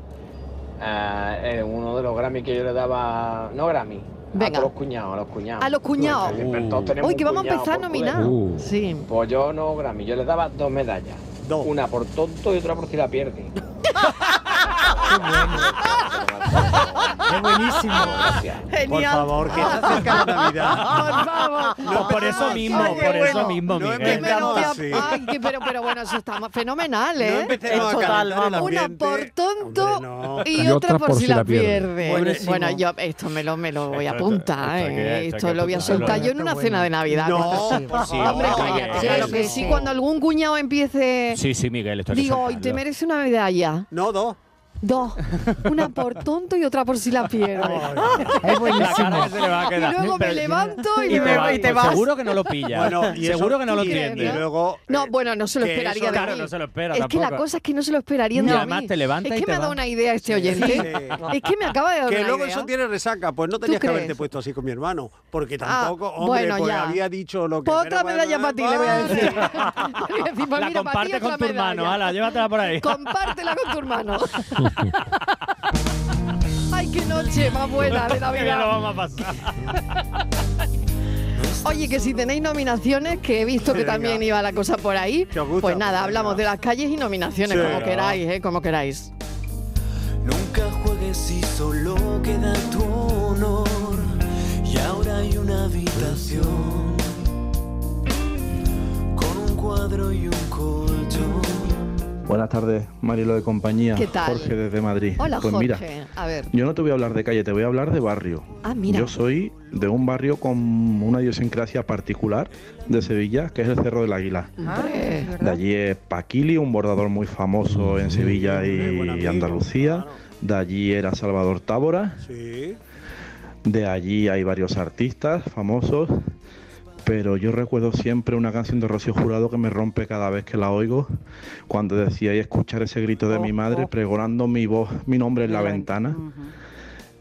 ah, eh, uno de los Grammy que yo le daba, no Grammy, Venga. a todos los cuñados, a los cuñados. A los cuñados. Porque siempre Uh. todos tenemos Hoy un que vamos a cuñado empezar a por nominar. culero. Uh. Sí. Pues yo no Grammy, yo le daba dos medallas. Dos. Una por tonto y otra por si la pierde. Es buenísimo. Gracias. Por favor, que está cerca la Navidad. Por favor. No, por eso mismo, Ay, qué por eso bueno. mismo, No Qué Miguel. empezamos melodía- así. Ay, qué- pero, pero bueno, eso está fenomenal, No ¿eh? empecemos Es a total, calentar el vamos. Una ambiente. por tonto Hombre, no. y otra por si la pierde. Buenísimo. Bueno, yo esto me lo, me lo voy a Esto- apuntar, esto hay que- ¿eh? esto hay que esto lo voy a apuntarlo, soltar ¿eh? yo en una Está bueno. cena de Navidad. No, pues sí. Hombre, no. cállate. sí, claro sí, que sí. sí, cuando algún cuñado empiece, Sí, sí, Miguel, esto hay que digo, hoy te soltarlo". merece una medalla. No, dos. Dos. Una por tonto y otra por si la pierdes. Es La cara buenísimo. que se le va a Y quedar. luego me Pero- levanto y, Y me me- voy. y te vas. Seguro que no lo pilla. Bueno, y eso- seguro que no lo ¿Tú crees, entiende. Y no? luego. No, eh, bueno, no se lo que esperaría eso- de Claro, mí. no se lo espera Es que la tampoco. cosa es que no se lo esperaría Y de además mí. te levanta Es y que te me ha va. dado una idea este oyente. sí. Es que me acaba de dar eh, Que una luego idea. eso tiene resaca. Pues no tenías que crees? haberte puesto así con mi hermano. Porque Ah, tampoco, hombre, bueno, pues ya. había dicho lo que. Pues pero otra bueno, medalla para ti, Ah, le voy a vale. decir. Le voy a decir, La pues mira, para ti compartes otra con tu hermano, medalla. ala, llévatela por ahí. Compártela con tu hermano. Ay, qué noche más buena de la Que ya lo vida. vamos a pasar. Oye, que si tenéis nominaciones, que he visto que Venga. también iba la cosa por ahí, Que os gusta, pues nada, pues hablamos venga. de las calles y nominaciones, Sí. como queráis, ¿eh? Como queráis. Nunca juegues si solo queda tu honor y ahora hay una habitación con un cuadro y un colchón. Buenas tardes, Marilo de compañía. ¿Qué tal? Jorge desde Madrid. Hola, pues Jorge. mira, A ver. yo no te voy a hablar de calle, te voy a hablar de barrio. Ah, mira. Yo soy de un barrio con una idiosincrasia particular de Sevilla, que es el Cerro del Águila. Ah, De allí es Paquili, un bordador muy famoso en Sevilla y Andalucía. De allí era Salvador Tábora. De allí hay varios artistas famosos. Pero yo recuerdo siempre una canción de Rocío Jurado que me rompe cada vez que la oigo, cuando decía y escuchar ese grito de mi madre pregonando mi voz, mi nombre en la ventana.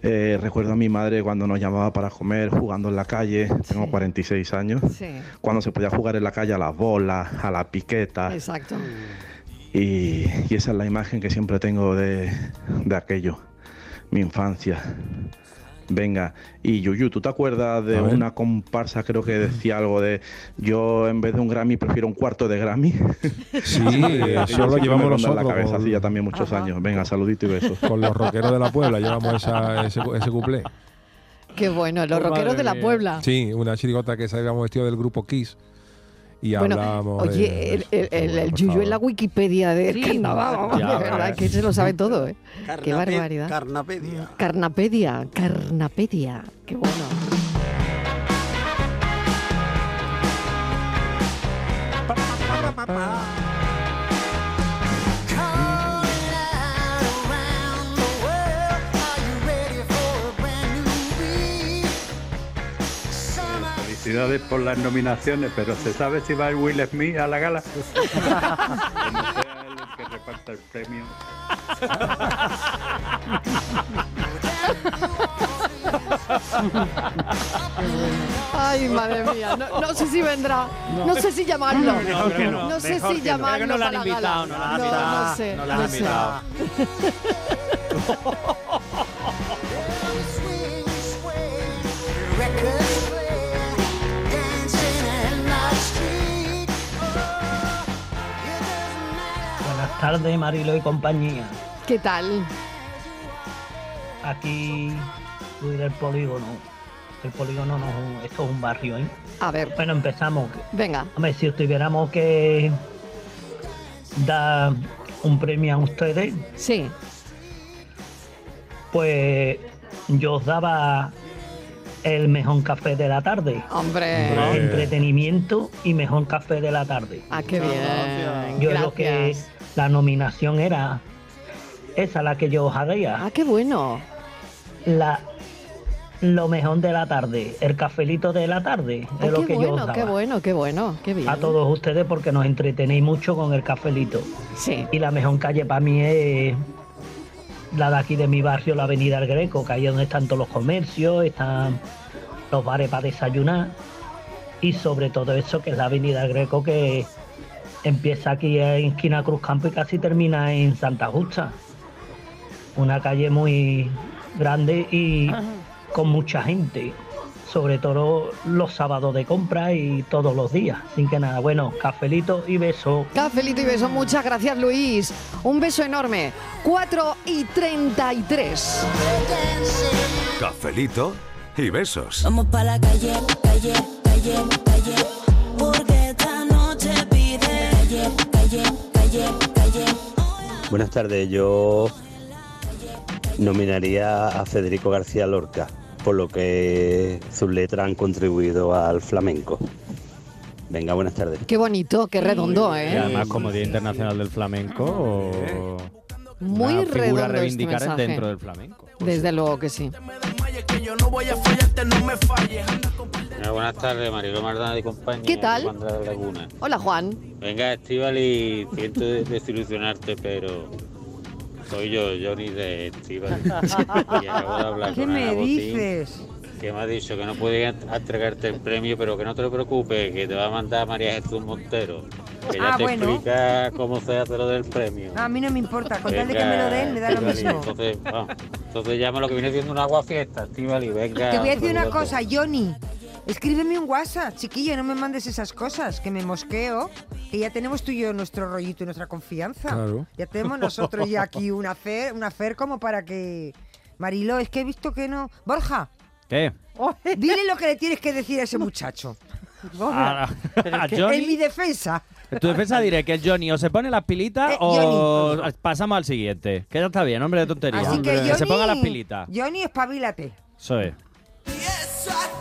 Eh, recuerdo a mi madre cuando nos llamaba para comer, jugando en la calle, tengo 46 años, Sí. cuando se podía jugar en la calle a las bolas, a la Ah. piqueta, Exacto. y, y esa es la imagen que siempre tengo de, de aquello, mi infancia. Venga, y Yuyu, ¿tú te acuerdas de una comparsa, creo que decía algo de, yo en vez de un Grammy prefiero un cuarto de Grammy? Sí, Aquello eso lo siempre me ronda llevamos en la nosotros cabeza con- hacía también muchos años. Venga, saludito y besos. Con los rockeros de la Puebla llevamos esa- ese, ese cuplé. Qué bueno, los Pues Oh, rockeros madre de la mía. Puebla. Sí, una chirigota que salíamos vestido del grupo Kiss y eh, hablábamos. de- eh, oye, el, el, el- el Yuyu en la Wikipedia de Sí. carnaval, vamos, Ya de verdad ves. que se lo sabe todo, ¿eh? Qué Carnape- barbaridad. Carnapedia. Carnapedia, carnapedia, qué bueno. Felicidades por las nominaciones, pero ¿se sabe si va el Will Smith a la gala? Como sea él el que reparta el premio. Ay, madre mía, no, no sé si vendrá, no, sé si llamarlo, No, creo que no. sé Mejor si que no. Creo que llamarlo no la han para la invitado, gala. no la han No, invitado, no sé, no la han no sé. invitado. Buenas tardes, Marilo y compañía. ¿Qué tal? Aquí voy del polígono. El polígono no, es un- esto es un barrio, ¿eh? A ver. Bueno, empezamos. Venga. Hombre, si tuviéramos que dar un premio a ustedes. Sí. Pues yo os daba el mejor café de la tarde. Hombre. Hombre. Entretenimiento y mejor café de la tarde. Ah, qué bien. Yo Gracias. creo que la nominación era esa la que yo os haría. Ah, qué bueno. La, lo mejor de la tarde, el cafelito de la tarde, Ah, es lo qué que yo os bueno, daba. qué bueno, qué bueno, qué bien. A todos ustedes porque nos entretenéis mucho con el cafelito. Sí. Y la mejor calle para mí es la de aquí de mi barrio, la Avenida El Greco, que ahí es donde están todos los comercios, están los bares para desayunar. Y sobre todo eso que es la Avenida El Greco que empieza aquí en esquina Cruz Campo y casi termina en Santa Justa. Una calle muy grande y con mucha gente. Sobre todo los sábados de compra y todos los días. Sin que nada, bueno, cafelito y beso. Cafelito y beso, muchas gracias Luis. Un beso enorme. 4 y 33. Cafelito y besos. Vamos pa' la calle, calle, calle, calle. Porque esta noche pide. Calle, calle, calle, calle. Buenas tardes, yo nominaría a Federico García Lorca, por lo que sus letras han contribuido al flamenco. Venga, buenas tardes. Qué bonito, qué redondo, Y ¿eh? además, como Día Internacional del Flamenco, o- Muy una figura redondo a este reivindicar mensaje. dentro del flamenco. Desde luego que sí. Eh, buenas tardes, Marilo Mardana y compañía. ¿Qué tal? Juan de la Laguna. Hola Juan. Venga, Estivali, siento de- desilusionarte, pero soy yo, Johnny de Estivali. Y acabo de hablar ¿Qué con Ana me Botín, dices? que me ha dicho que no podía ent- entregarte el premio, pero que no te preocupes, que te va a mandar María Jesús Montero, que ya Ah, te bueno. explica cómo se hace lo del premio. A mí no me importa, con tal de pues que Venga, me lo den, me da lo Estíbaliz, mismo. Entonces, vamos, entonces llama lo que viene siendo una agua fiesta, Estivali, venga. Te voy a decir una salúdate. cosa, Johnny. Escríbeme un WhatsApp, chiquillo, no me mandes esas cosas, que me mosqueo, que ya tenemos tú y yo nuestro rollito y nuestra confianza. Claro. Ya tenemos nosotros ya aquí una fer, una fer como para que... Mariló, es que he visto que no... Borja, ¿Qué? dile lo que le tienes que decir a ese muchacho. A, a En mi Johnny. defensa. Ah, En tu defensa diré que el Johnny o se pone las Eh, pilitas o pasamos al siguiente. Que ya está bien, hombre de tontería. Así que, Johnny, se ponga las pilitas. Johnny, espabilate. Eso es.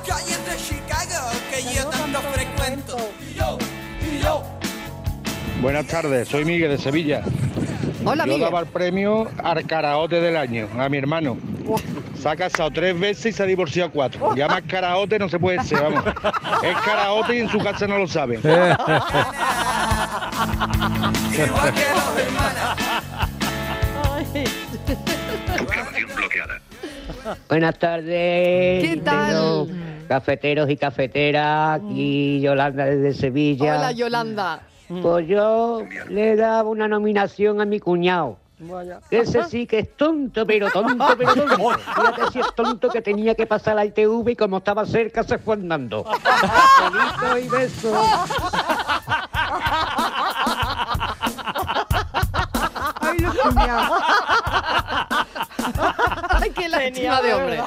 calles de Chicago que yo tanto frecuento. Y yo, y yo. Buenas tardes, soy Miguel de Sevilla. Hola, Yo Miguel. daba el premio al caraote del año a mi hermano. Se ha casado tres veces y se ha divorciado cuatro. Ya más caraote no se puede ser, vamos. Es caraote y en su casa no lo saben. Eh, Eh, Igual que los hermanas. Buenas tardes. ¿Qué tal? Mm. Cafeteros y cafeteras, aquí Yolanda desde Sevilla. Hola, Mm. Yolanda. Pues yo le daba una nominación a mi cuñado. Vaya. Ese sí que es tonto, pero tonto, pero tonto. Fíjate si es tonto que tenía que pasar la ITV y como estaba cerca se fue andando. Besitos y besos. Ay, los cuñados. Ay, qué lástima de hombre.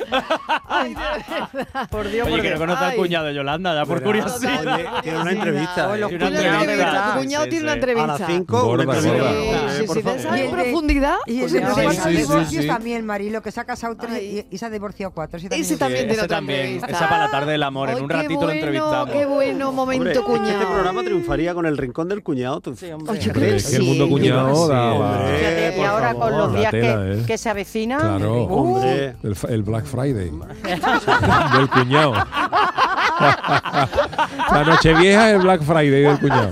Por Dios, Oye, que no por Dios. conozca al Ay. cuñado de Yolanda, ya por Verá, curiosidad. oye, tiene una entrevista, Oye, eh. una Tiene una entrevista. entrevista, tu cuñado tiene una entrevista. A las 5 una Gorda, entrevista. gorda. Sí, Eh, sí, por sí, favor. de esa- ¿Hay profundidad? Y el Sí, de sí, cuatro sí, sí, divorcios sí. también, Marilo, que se ha casado tres y, y se ha divorciado cuatro. Ese también, Ese es- también Ese también, esa para la tarde del amor. en un Qué ratito lo bueno, entrevistamos. qué bueno Hombre, momento, es que Este cuñado. programa triunfaría con el rincón del cuñado. ¿tú? hombre. Hombre, que el mundo cuñado daba- Hombre, y Eh, por ahora favor. con los la días tela, que, ¿eh? que se avecinan. Claro, uh, hombre. El, fa- el Black Friday. del cuñado. la noche vieja es el Black Friday del cuñado.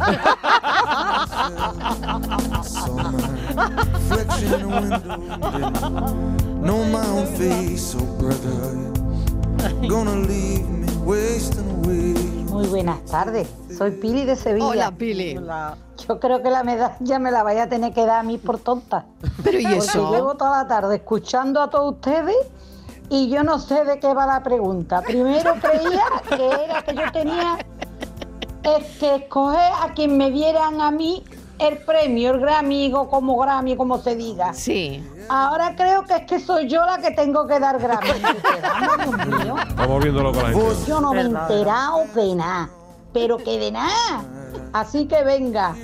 No my face, oh brother. Gonna leave me wasting away. Muy buenas tardes, soy Pili de Sevilla. Hola, Pili. Yo creo que la medalla me la vaya a tener que dar a mí por tonta. Pero ¿y Porque eso? llevo toda la tarde escuchando a todos ustedes y yo no sé de qué va la pregunta. Primero creía que era que yo tenía es que escoger a quien me dieran a mí el premio, el Grammy, o como Grammy, como se diga. Sí. Ahora creo que es que soy yo la que tengo que dar Grammy. Vamos viéndolo con la gente. Yo no me he Verdad. enterado de nada, pero que de nada. Así que venga,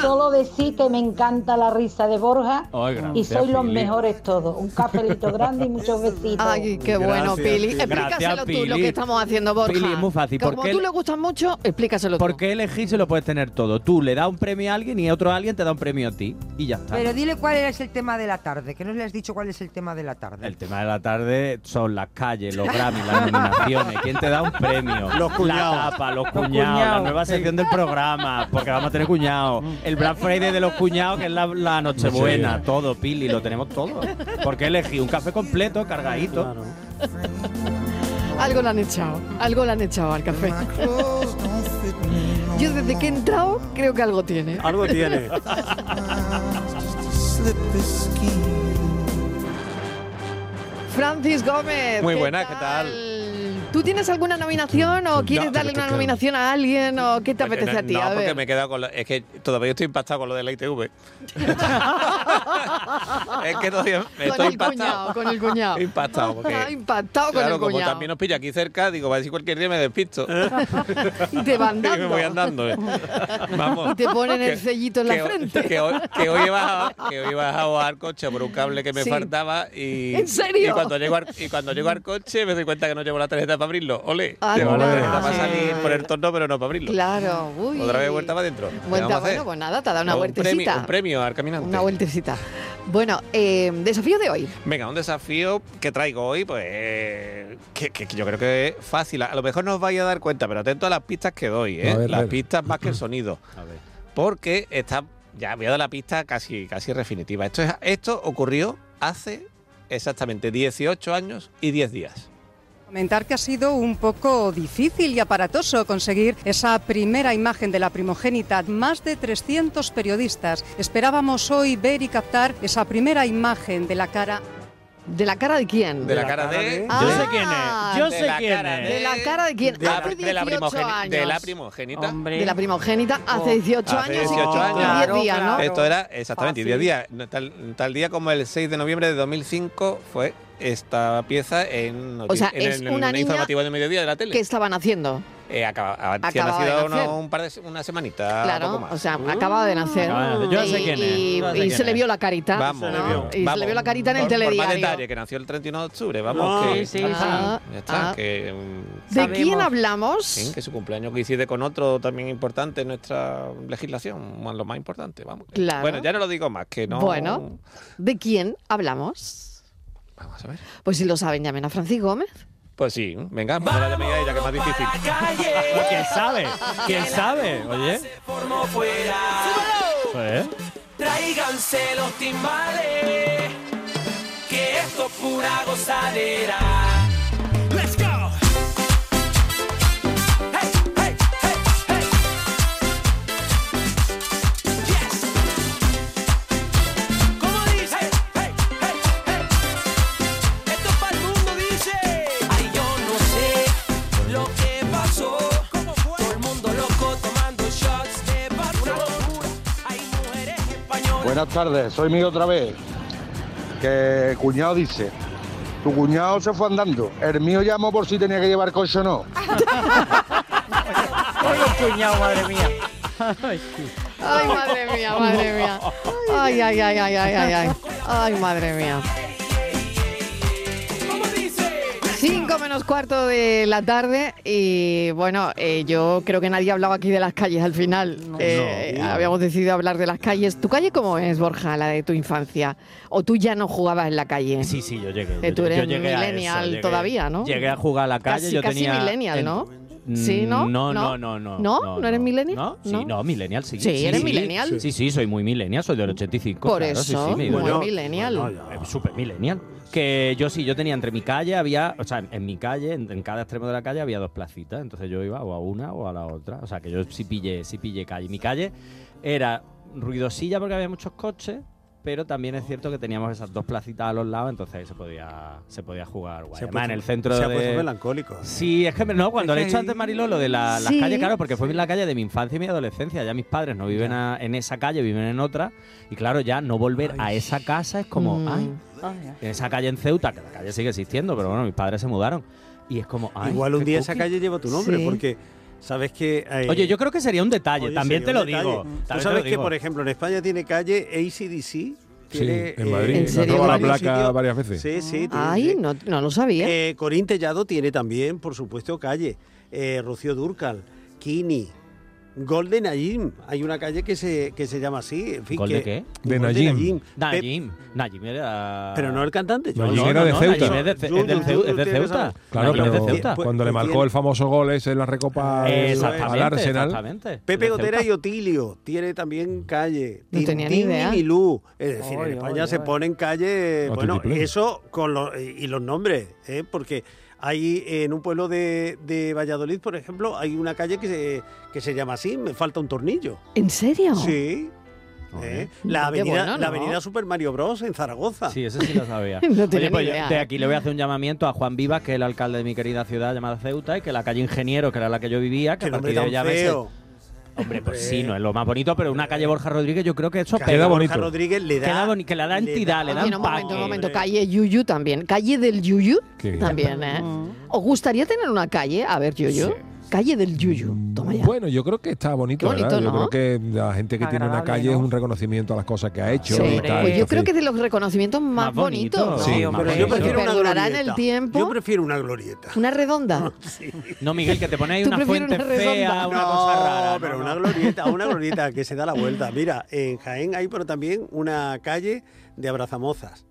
solo decir que me encanta la risa de Borja Ay, gracias, y soy los Pili. mejores todos. Un cafelito grande y muchos besitos. Ay, qué bueno, Pili. Explícaselo Gracias, tú lo Pili. que estamos haciendo, Borja. Pili, es muy fácil, Como porque tú el- le gustas mucho, explícaselo tú. ¿Por qué elegir si lo puedes tener todo? Tú le das un premio a alguien y otro alguien te da un premio a ti. Y ya está. Pero dile cuál es el tema de la tarde, que no le has dicho cuál es el tema de la tarde. El tema de la tarde son las calles, los Grammy, las nominaciones, quién te da un premio, Los cuñados. la tapa, los Los cuñados, la cuñados, nueva sí. sección del programa, porque vamos a tener cuñados, el Black Friday de los cuñados, que es la, la Nochebuena, Sí. todo, Pili, lo tenemos todo. Porque elegí un café completo, cargadito. Algo le han echado, algo le han echado al café. Yo desde que he entrado creo que algo tiene. Algo tiene. Francis Gómez. Muy ¿qué buenas, ¿qué tal? ¿Tú tienes alguna nominación o quieres pero darle tú una qué- nominación a alguien o qué te apetece a ti? No, a porque ver. me he quedado con... la- es que todavía estoy impactado con lo de la ITV. es que todavía me Con estoy el impactado. cuñado, con el cuñado. Impactado, porque... Ah, Impactado claro, con el como cuñado. también nos pilla aquí cerca, digo, va a decir cualquier día me despisto. Y te van Y me dando. voy andando. eh. Vamos. Y te ponen el Que- sellito en la que, hoy- frente. Que hoy, que hoy he bajado, que hoy he bajado al coche por un cable que me Sí. faltaba y... ¿En serio? Y cuando, llego al, y cuando llego al coche me doy cuenta que no llevo la tarjeta para abrirlo. Ole, Ah, llevo la no. tarjeta para salir, poner torno, pero no para abrirlo. Claro, uy. Otra vez vuelta para adentro. ¿Qué vamos a Vuelta, hacer? bueno, pues nada, te ha dado una No, un vueltecita. premio, un premio al caminante. Una vueltecita. Bueno, eh, desafío de hoy. Venga, un desafío que traigo hoy, pues eh, que, que- que yo creo que es fácil. A lo mejor no os vais a dar cuenta, pero atento a las pistas que doy, ¿eh? A ver, a las ver. pistas más que el sonido. Porque está. Ya voy a dar la pista casi, casi definitiva. Esto, es, esto ocurrió hace exactamente 18 años y 10 días. Comentar que ha sido un poco difícil y aparatoso conseguir esa primera imagen de la primogénita. Más de 300 periodistas esperábamos hoy ver y captar esa primera imagen de la cara. ¿De la cara de quién? De la cara de. Ah, de- Ah, de la cara De, la Eh, cara de quién. De la, hace 18 de la primogeni- años. de la primogénita. De la primogénita hace 18 Hace años 18 y años. 10 días, ¿no? Esto era exactamente 10 días. No, Tal, tal día como el 6 de noviembre de 2005 fue esta pieza en, noti- O sea, en es el- en una el niña informativo de mediodía de la tele. ¿Qué estaban haciendo? eh, acaba, ha- sí ha Acababa de nacido nacer. uno- un par de se- una semanita, Claro, poco más. o sea, acaba de nacer. Acaba de nacer. Yo y sé quién es, y- yo sé y quién se le es. vio la carita. Vamos, ¿no? Y se le vio la carita en el Por- Por más telediario. detalle, que nació el 31 de octubre, vamos. No. que, Sí, sí, Ah, sí. Ya está, ah. que, mm, ¿De quién hablamos? Sí, que su cumpleaños coincide con otro también importante en nuestra legislación, más- lo más importante, vamos. que- Claro. Bueno, ya no lo digo más, que no... Bueno, ¿de quién hablamos? Vamos a ver. Pues si lo saben, llamen a Francis Gómez. Pues sí, venga, vamos a la llamada a ella, que es más difícil. ¿Quién sabe? ¿Quién sabe? Oye. Formó fuera. Pues, ¿eh? Tráiganse los timbales. Que esto es pura gozadera. Let's go. Hey, hey, hey, hey. Yes. ¿Cómo dice? Hey, hey, hey. Esto es pa'l mundo, dice. Ay, yo no sé lo que pasó. Todo el mundo loco tomando shots de basura. Hay mujeres españolas. Buenas tardes, soy mío otra vez. Que cuñado dice, tu cuñado se fue andando, el mío llamó por si tenía que llevar coche o no. cuñado, madre mía. Ay, madre mía, madre mía. Ay, ay, ay, ay, ay, ay, ay. Ay, madre mía. Cinco menos cuarto de la tarde y bueno, eh, yo creo que nadie ha hablado aquí de las calles al final. Eh, Habíamos decidido hablar de las calles. ¿Tu calle cómo es, Borja, la de tu infancia? ¿O tú ya no jugabas en la calle? Sí, sí, yo llegué. Eh, yo- tú eres yo llegué a eso, millennial llegué- todavía, ¿no? Llegué a jugar a la calle, Casi, yo casi tenía... millennial, en- Mm, ¿no? Sí, ¿no? No, no, no, no. ¿No? ¿No eres millennial? ¿No? Sí, No. no, millennial sí. Sí, eres millennial. Sí, sí, soy muy millennial, soy del 85. Por claro, sí, eso, sí, me muy identifico. millennial. Eh, Súper millennial. Que yo sí, yo tenía entre mi calle, había, o sea, en, en mi calle, en, en cada extremo de la calle había dos placitas, entonces yo iba o a una o a la otra, o sea, que yo sí pillé, sí pillé calle. Mi calle era ruidosilla porque había muchos coches, pero también es cierto que teníamos esas dos placitas a los lados, entonces ahí se podía, se podía jugar. Guay. Se ha Además, en puesto- el centro se ha de- puesto melancólico. Sí, es que me- no, cuando le he hecho antes Mariló lo de la- las Sí, calles, claro, porque fue en la calle de mi infancia y mi adolescencia. Ya mis padres no viven a- en esa calle, viven en otra. Y claro, ya no volver a esa casa es como, ay, en esa calle en Ceuta, que la calle sigue existiendo, pero bueno, mis padres se mudaron. Y es como, ay. Igual un qué día esa cookie. calle lleva tu nombre, Sí. porque sabes que. eh, Oye, yo creo que sería un detalle, oye, también te lo sería un detalle. digo. Tú también te sabes lo digo. que, por ejemplo, en España tiene calle ACDC. Tiene, en eh, Madrid. ¿En serio? en la varios placa sitios. varias veces. Sí, sí. tiene- Ay, no, no lo sabía. Eh, Corín Tellado tiene también, por supuesto, calle. Eh, Rocío Durcal, Kini, Golden Najim. Hay una calle que se, que se llama así. En fin, ¿Gol que, de qué? De Najim. Pe- Najim. Najim era. Pero no el cantante. yo- Najim era de Ceuta. Najim es de, Ce- Yo- es del yo- Ceu- yo- es de yo- Ceuta. Claro, Najim es pero de Ceuta. Pues, cuando le marcó el famoso gol ese en la recopa al Exactamente, al Arsenal. exactamente. Pepe De Gotera Ceuta. y Otilio tiene también calle. No tenía ni Tintín idea. y Milú. Es decir, Oy, en España oy, se oy. pone en calle. No, bueno, triple. eso con los, y los nombres, ¿eh? porque hay en un pueblo de, de Valladolid, por ejemplo, hay una calle que se, que se llama así, me falta un tornillo. ¿En serio? Sí. ¿eh? La, Qué avenida, la bueno, ¿no? avenida Super Mario Bros. en Zaragoza. Sí, eso sí lo sabía. No tenía Oye, pues ni yo idea, de ¿eh? aquí le voy a hacer un llamamiento a Juan Vivas, que es el alcalde de mi querida ciudad llamada Ceuta, y que la calle Ingeniero, que era la que yo vivía, que Qué a nombre partir de tan ella feo. Hombre, pues sí, no es lo más bonito, pero una calle Borja Rodríguez, yo creo que eso Queda pega. bonito. Borja Rodríguez le da- Queda boni- que le da entidad, le da Oye, no, un empaque. momento, un momento. Calle Yuyu también. Calle del Yuyu Qué bien. también, ¿eh? ¿Os gustaría tener una calle? A ver, Yuyu. Calle del Yuyu. Toma ya. Bueno, yo creo que está Qué bonito, bonito, ¿verdad? ¿no? Yo creo que la gente que tiene una Agradable, calle ¿no? es un reconocimiento a las cosas que ha hecho Sí. y Pues tal. yo entonces- creo que es de los reconocimientos más, bonitos. ¿no? Sí, Pero hombre. yo prefiero una Perdurará en glorieta. el tiempo. Yo prefiero una glorieta. ¿Una redonda? No, Miguel, que te ponéis Tú una prefieres fuente una fea, redonda. una no, cosa rara. pero una glorieta, una glorieta que se da la vuelta. Mira, en Jaén hay pero también una calle de abrazamozas.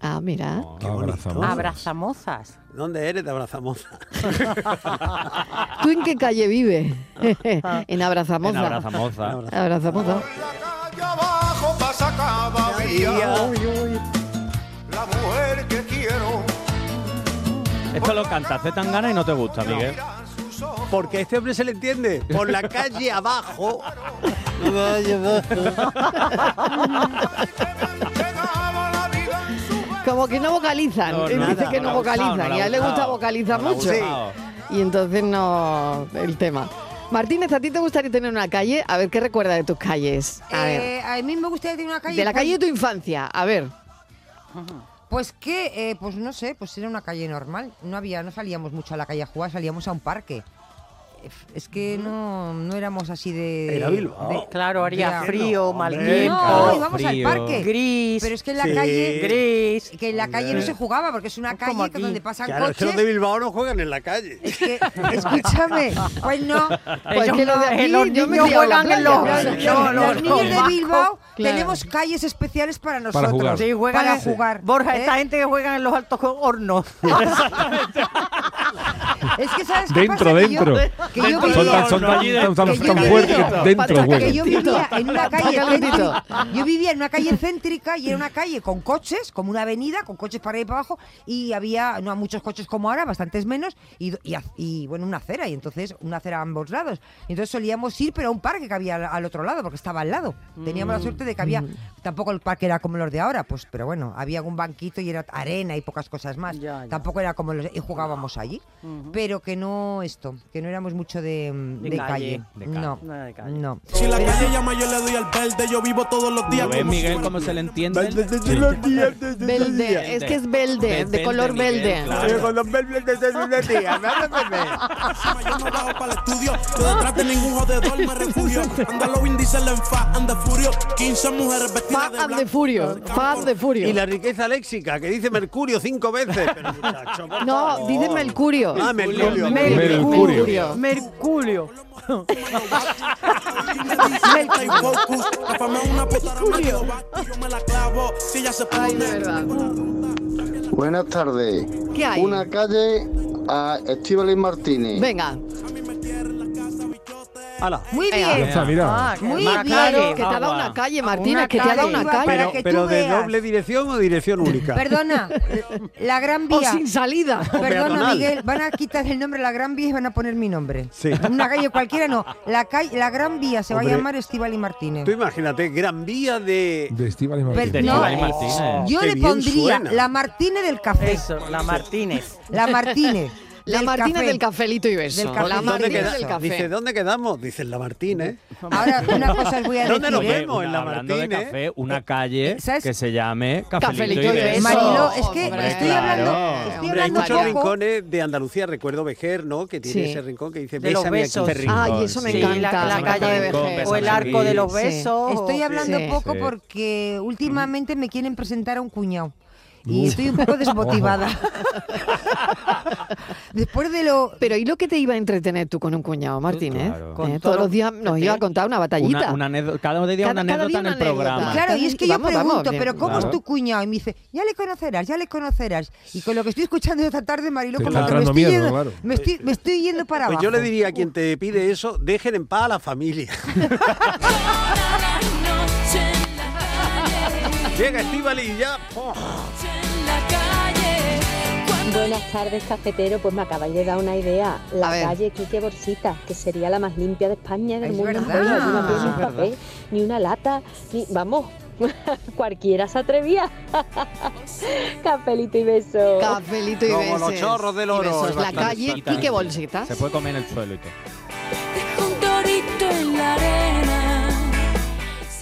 Ah, mira. Abrazamozas. Abrazamozas. ¿Dónde eres de abrazamozas? ¿Tú en qué calle vives? en Abrazamoza. En Abrazamoza. Abrazamoza. abajo pasa cada día. La mujer que quiero. Esto lo cantas de tan gana y no te gusta, Miguel. Porque a este hombre se le entiende. Por la calle abajo. Como que no vocalizan. No, no, Él dice nada, que no no, le ha vocalizan. gustado, no le y a ha él le gusta gustado. vocalizar No le ha mucho. gustado. Y entonces no. el tema. Martínez, ¿a ti te gustaría tener una calle? A ver, ¿qué recuerda de tus calles? A ver. Eh, a mí me gustaría tener una calle. de la pues- calle de tu infancia. A ver. Pues que, eh, pues no sé, pues era una calle normal. No había, no salíamos mucho a la calle a jugar, salíamos a un parque. Es que no, no éramos así de. Era Bilbao. de- Claro, haría de- frío, mal Hombre, tiempo. No, íbamos al Frío. parque. Gris. Pero es que en la Sí. Pues calle. Gris. Que en la calle no Hombre. se jugaba porque es una calle que donde pasan Claro, es que coches. los de Bilbao no juegan en la calle. Escúchame, pues no. Ellos que no, de eh, los yo me niños fui a la juegan en playa. los- Claro, no, Los los- niños de los Bilbao vascos, claro. tenemos calles especiales para nosotros. Para jugar. Sí, juegan para en- jugar. Borja, ¿eh? esta gente que juega en los altos hornos. Es que sabes qué Dentro, pasa? Que dentro. yo- que yo Son vivía- que tan- son tan- tan- tan- yo tan vivía- fuertes que Pacha, dentro que juegan. yo vivía en una calle Calentito. céntrica. Yo vivía en una calle céntrica y era una calle con coches, como una avenida, con coches para ir para abajo y había no muchos coches como ahora, bastantes menos y, y ha- y, bueno una acera y entonces una acera a ambos lados. Y entonces solíamos ir pero a un parque que había al, al otro lado porque estaba al lado. Teníamos la Mm. suerte de que había tampoco el parque era como los de ahora, pues pero bueno había un banquito y era arena y pocas cosas más. Tampoco era como los y jugábamos allí pero que no esto, que no éramos mucho de, mm, De de calle. calle. De calle. No, no. Si la calle llama, yo le doy al verde. Yo vivo todos los días. ¿Lo ves, como si Pues, Miguel, fuera- cómo se le entiende? Velde, es que es velde, de color velde. Encima Yo no bajo para el estudio. Yo detrás de ningún jodedor me refugio. Anda los índices en fa, anda furio. 15 mujeres vestidas de blanco. Fab de Furio. Y la riqueza léxica, que dice Mercurio cinco veces. Pero, muchacho, por No, favor. dice Mercurio. Ah, Mercurio. Mercurio. Mercurio. Stay focused. La fama es una puta rama que lo va, y yo me la clavo. Si ella se pone. Buenas tardes. ¿Qué hay? Una calle a Estíbaliz Martínez. Venga. Muy Venga. bien. Ya está, mira. Ah, que Muy una bien. calle. Que te ha dado una Agua. calle, Martínez, que te ha dado una Iba calle. para Pero, que tú pero de veas. doble dirección o dirección única. Perdona, la Gran Vía. O sin salida. Perdona, peatonal. Miguel, van a quitar el nombre de la Gran Vía y van a poner mi nombre. Sí. Una calle cualquiera no. La calle, la Gran Vía se va a Hombre. llamar Estival y Martínez. Tú imagínate, Gran Vía de. De Estíbaliz Martínez. De Estíbaliz Martínez. Yo le pondría la Martínez del café. la Martínez. La Martínez. La Martínez del cafelito y beso. Del café. La Martínez del queda- café. Dice, ¿dónde quedamos? Dice la Martínez. Ahora, una cosa os voy a ¿Dónde decir. nos Oye, vemos? una- En la hablando de Martínez. café, Eh, una calle que se llame Cafelito, Cafelito y y Beso. Beso. Mariló, es que Hombre, estoy claro. hablando- estoy Hombre, hay hablando muchos poco. rincones de Andalucía, recuerdo Vejer, ¿no? Que tiene Sí. ese rincón que dice De los "Bésame aquí". besos. Este Ay, rincón, eso me sí. encanta, La- la Bésame calle aquí, de Vejer. bésame O el arco aquí. de los Sí. besos. Estoy hablando Sí. poco Sí. porque últimamente me quieren presentar a un cuñado. Y estoy un poco desmotivada. Después de lo. Pero ¿y lo que te iba a entretener tú con un cuñado, Martínez? Claro. ¿Eh? Con Todos todo- los días nos iba a contar una batallita. Una, una anécdo- cada día Cada- una cada anécdota día en una el programa. Claro, y es que yo Vamos, vamos, pregunto, bien. pero ¿cómo Claro. es tu cuñado? Y me dice, ya le conocerás, ya le conocerás. Y con lo que estoy escuchando esta tarde, Marilo, Te como está que me entrando estoy, miedo, yendo, claro. me, estoy, me estoy yendo para Pues abajo. yo le diría a quien te pide eso, dejen en paz a la familia. Llega Estivali y ya. ¡oh! Buenas tardes, cafetero. Pues me acabáis de dar una idea. La calle Quique Borsita, que sería la más limpia de España y del Es mundo. verdad. Oye, ni Ah. una pieza, Es ni un verdad. café, ni una lata, ni. Vamos. Cualquiera se atrevía. Cafelito y beso. Cafelito y Como besos. los chorros del Y oro, besos. el La Martínez. calle, Bolsitas. Quique Bolsitas. Se puede comer en el suelo y todo.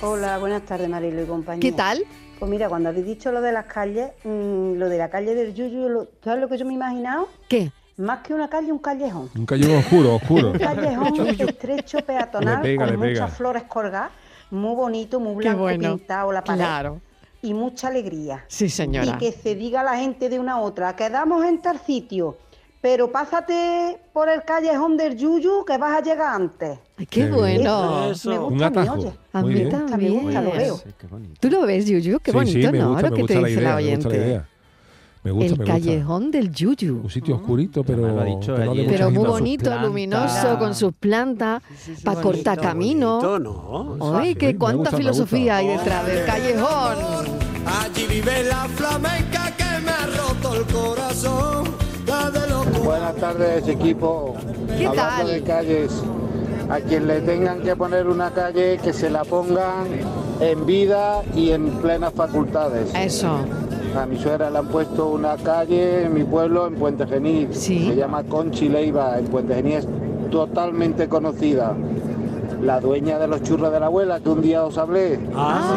Hola, buenas tardes Marilo y compañía. ¿Qué tal? Pues mira, cuando habéis dicho lo de las calles, mm, lo de la calle del Yuyu, lo- ¿sabes lo que yo me he imaginado? ¿Qué? Más que una calle, un callejón. Un callejón oscuro, oscuro. Un callejón estrecho, peatonal, Le pega, con le pega. muchas flores colgadas, muy bonito, muy Qué blanco bueno. pintado la pared. Claro. Y mucha alegría. Sí, señora. Y que se diga a la gente de una a otra, quedamos en tal sitio, pero pásate por el callejón del Yuyu que vas a llegar antes. Qué Qué bueno. Eso, Eso. Me gusta, Un a mí, atajo. oye. A mí Me gusta, me también. gusta, lo veo. ¿Tú lo ves, Yuyu? Qué Sí, bonito, sí, me ¿no? gusta, lo me que gusta te la dice idea, la me gusta la oyente. idea. Me gusta, el me gusta. callejón del Yuyu. Un sitio oscurito, pero, que no de mucha Pero muy gente. bonito, Sus luminoso, plantas. con sus plantas, para bonito, cortar camino. Ay, Sí, que me cuánta gusta, me filosofía hay gusta. detrás del callejón. Allí vive la flamenca que me ha roto el corazón. La de los Buenas tardes, equipo. ¿Qué Hablando tal? de calles, a quien le tengan que poner una calle, que se la pongan en vida y en plenas facultades. Eso. A mi suegra le han puesto una calle en mi pueblo, en Puente Genil. Se llama Conchi Leiva. En Puente Genil es totalmente conocida. la dueña de los churros de la abuela, que un día os hablé.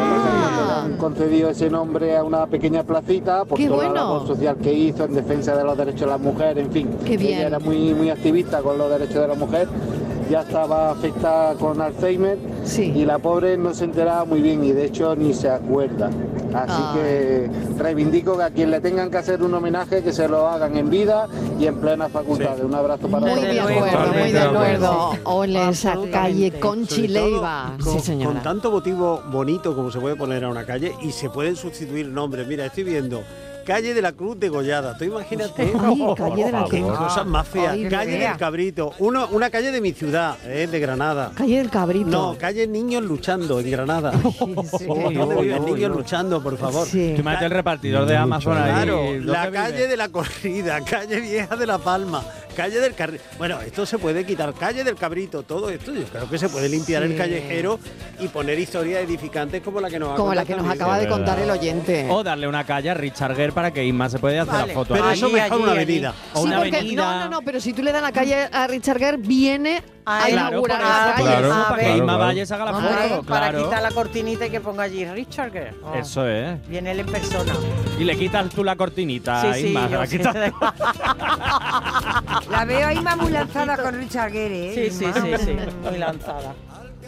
Ah, sí. Han concedido ese nombre a una pequeña placita por Qué toda bueno. la labor social que hizo en defensa de los derechos de las mujeres, en fin. Qué bien. Ella era muy, muy activista con los derechos de la mujer. Ya estaba afectada con Alzheimer y la pobre no se enteraba muy bien y de hecho ni se acuerda. Así que reivindico que a quien le tengan que hacer un homenaje que se lo hagan en vida y en plena facultad. Un abrazo para Muy todos. de acuerdo, muy de acuerdo. Ole, esa calle Sobre Conchi todo Leiva. Con, Sí, señora. con tanto motivo bonito como se puede poner a una calle y se pueden sustituir nombres. Mira, estoy viendo calle de la Cruz de Gollada. Tú imagínate. Ay, calle de la Qué Cruz. cosas más feas. Ay, qué calle fea. del Cabrito. Uno, una calle de mi ciudad, eh, de Granada. Calle del Cabrito. No, calle Niños Luchando en Granada. Oh, ¿Dónde Uy, viven uy, niños uy. luchando, por favor? Sí. Tú imagínate el repartidor de Amazon ahí, Claro, ¿dónde la vive? calle de la corrida, calle vieja de la palma, calle del carril. Bueno, esto se puede quitar, calle del cabrito, todo esto. Yo creo que se puede limpiar Sí. el callejero y poner historias edificantes como la que nos ha Como la contado que nos Luis. acaba de contar el oyente. O darle una calle a Richard Gere para que Inma se pueda hacer Eh. Vale. la foto. Pero eso Allí, mejor allí, una allí. avenida. O Sí, una porque- avenida. No, no, no, pero si tú le das la calle a Richard Gere, viene a, él, inaugurar claro, esa Claro, calle. para A que ver. Inma Valles haga la Hombre, foto. Ah, Para claro. quitar la cortinita y que ponga allí Richard Gere. Oh, Eso es. Viene él en persona. Y le quitas tú la cortinita, Sí, sí, Inma. yo la sí. quitas- La veo ahí más muy lanzada con Richard Gere, ¿eh? Sí, sí, Inma. sí, sí. Muy lanzada.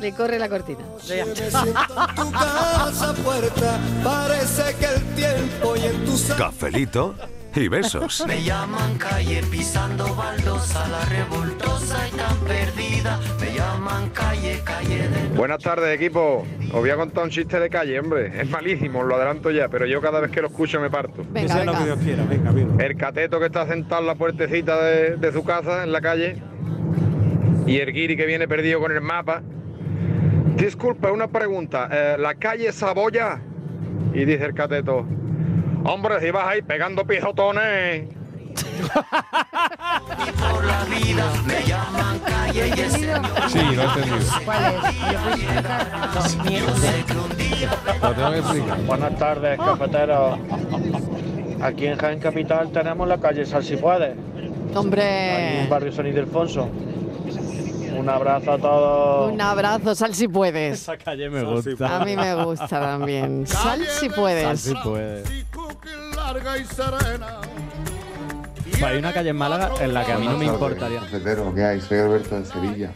Le corre la cortina. tu casa puerta, parece que el tiempo y en tus Cafelito y besos. Me llaman calle pisando baldosa, la revoltosa y tan perdida. Me llaman calle, calle de Buenas tardes, equipo. Os voy a contar un chiste de calle, hombre. Es malísimo, os lo adelanto ya, pero yo cada vez que lo escucho me parto. Que sea lo que Dios quiera, venga, venga. El cateto que está sentado en la puertecita de, de su casa, en la calle, y el guiri que viene perdido con el mapa. Disculpa, una pregunta. eh, ¿La calle Saboya? Y dice el cateto, hombre, si vas ahí pegando pisotones... la vida. Me llaman calle y ese Sí, lo he entendido. ¿Cuál es? ¿Lo puedes explicar? Lo tengo que explicar. Buenas tardes, cafeteros. Aquí en Jaén Capital tenemos la calle Sal si puede. Aquí en Hombre, Barrio San Ildefonso. Un abrazo a todos. un abrazo, sal si puedes. Esa calle me gusta. A mí me gusta también. Sal si Sal puedes. si puedes. larga y serena. Pues hay una calle en Málaga en la que a mí no me Buenas tardes, importaría. Cafetero, ¿qué hay? Soy Alberto de Sevilla.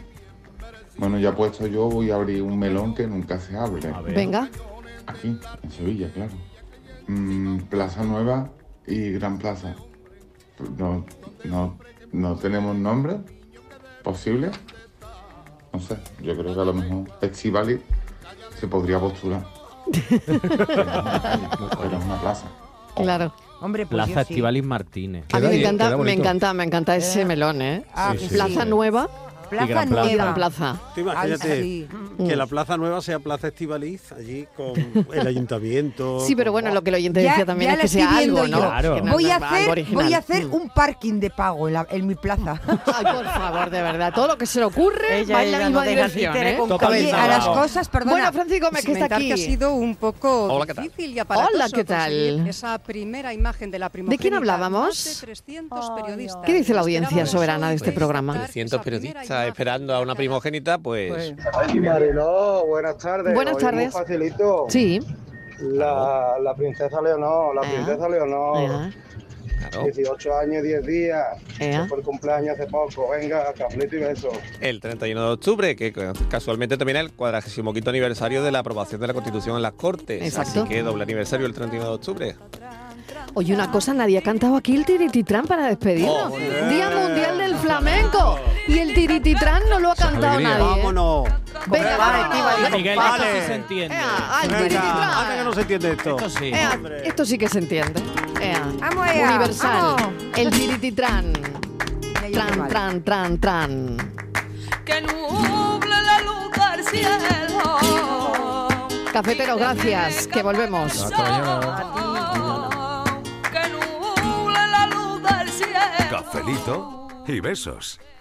Bueno, ya puesto yo voy a abrir un melón que nunca se abre. Venga. Aquí, en Sevilla, claro. Mm, Plaza Nueva y Gran Plaza. No, no, no tenemos nombre posible. No sé, yo creo que a lo mejor Festivali se podría postular. Pero es una plaza. Claro. Hombre, pues Plaza Estivalis Martínez. A mí me encanta, me encanta, me encanta ese melón, ¿eh? Ah, Sí, sí, Plaza sí. Nueva Plaza Y Gran Plaza. y Gran Plaza. Tú imagínate Ay, sí. que la Plaza Nueva sea Plaza Estivaliz, allí con el ayuntamiento. Sí, pero con- bueno, lo que el oyente Ya- decía también ya es la que estoy sea viendo algo, yo. ¿no? Que no Voy, a es algo hacer, original. voy a hacer un parking de pago en, la- en mi plaza. Ay, por favor, de verdad. Todo lo que se le ocurre Ella, va en la ella, misma no deja dirección, títere ¿eh? con Totalmente cabeza. a las cosas, perdona. Bueno, Francisco Gómez, que está Comentar aquí. que ha sido un poco Hola, ¿qué tal? difícil y aparatoso Hola, ¿qué tal? conseguir esa primera imagen de la primogénita. hablábamos? Más de 300 periodistas. ¿Qué dice la audiencia Esperábamos soberana de este hoy programa? 300 periodistas esperando a una primogénita, pues... Mariló, buenas tardes. Buenas Oye, muy tardes. facilito. Sí. La, la princesa Leonor, la princesa Leonor. 18 años, 10 días. Ea. Fue Por cumpleaños hace poco. Venga, cafelito y beso. El 31 de octubre, que casualmente también es el 45 aniversario de la aprobación de la Constitución en las Cortes. Exacto. Así que doble aniversario el 31 de octubre. Oye, una cosa, nadie ha cantado aquí el tirititrán para despedirnos. Día Mundial del Flamenco. Y el tirititrán no lo ha cantado Alegría. nadie. ¿eh? Vámonos. Venga, vámonos. Miguel, Venga. esto sí se entiende. Ea, al tirititrán. Venga, anda que no se entiende esto. Esto sí. Ea, esto sí que se entiende. Ea. Vamos, ea, Universal. vamos. El tirititrán. Tran, tran, tran, tran. que nuble la luz del cielo, Cafeteros, gracias, que volvemos. que nuble la luz del cielo. Cafelito y besos.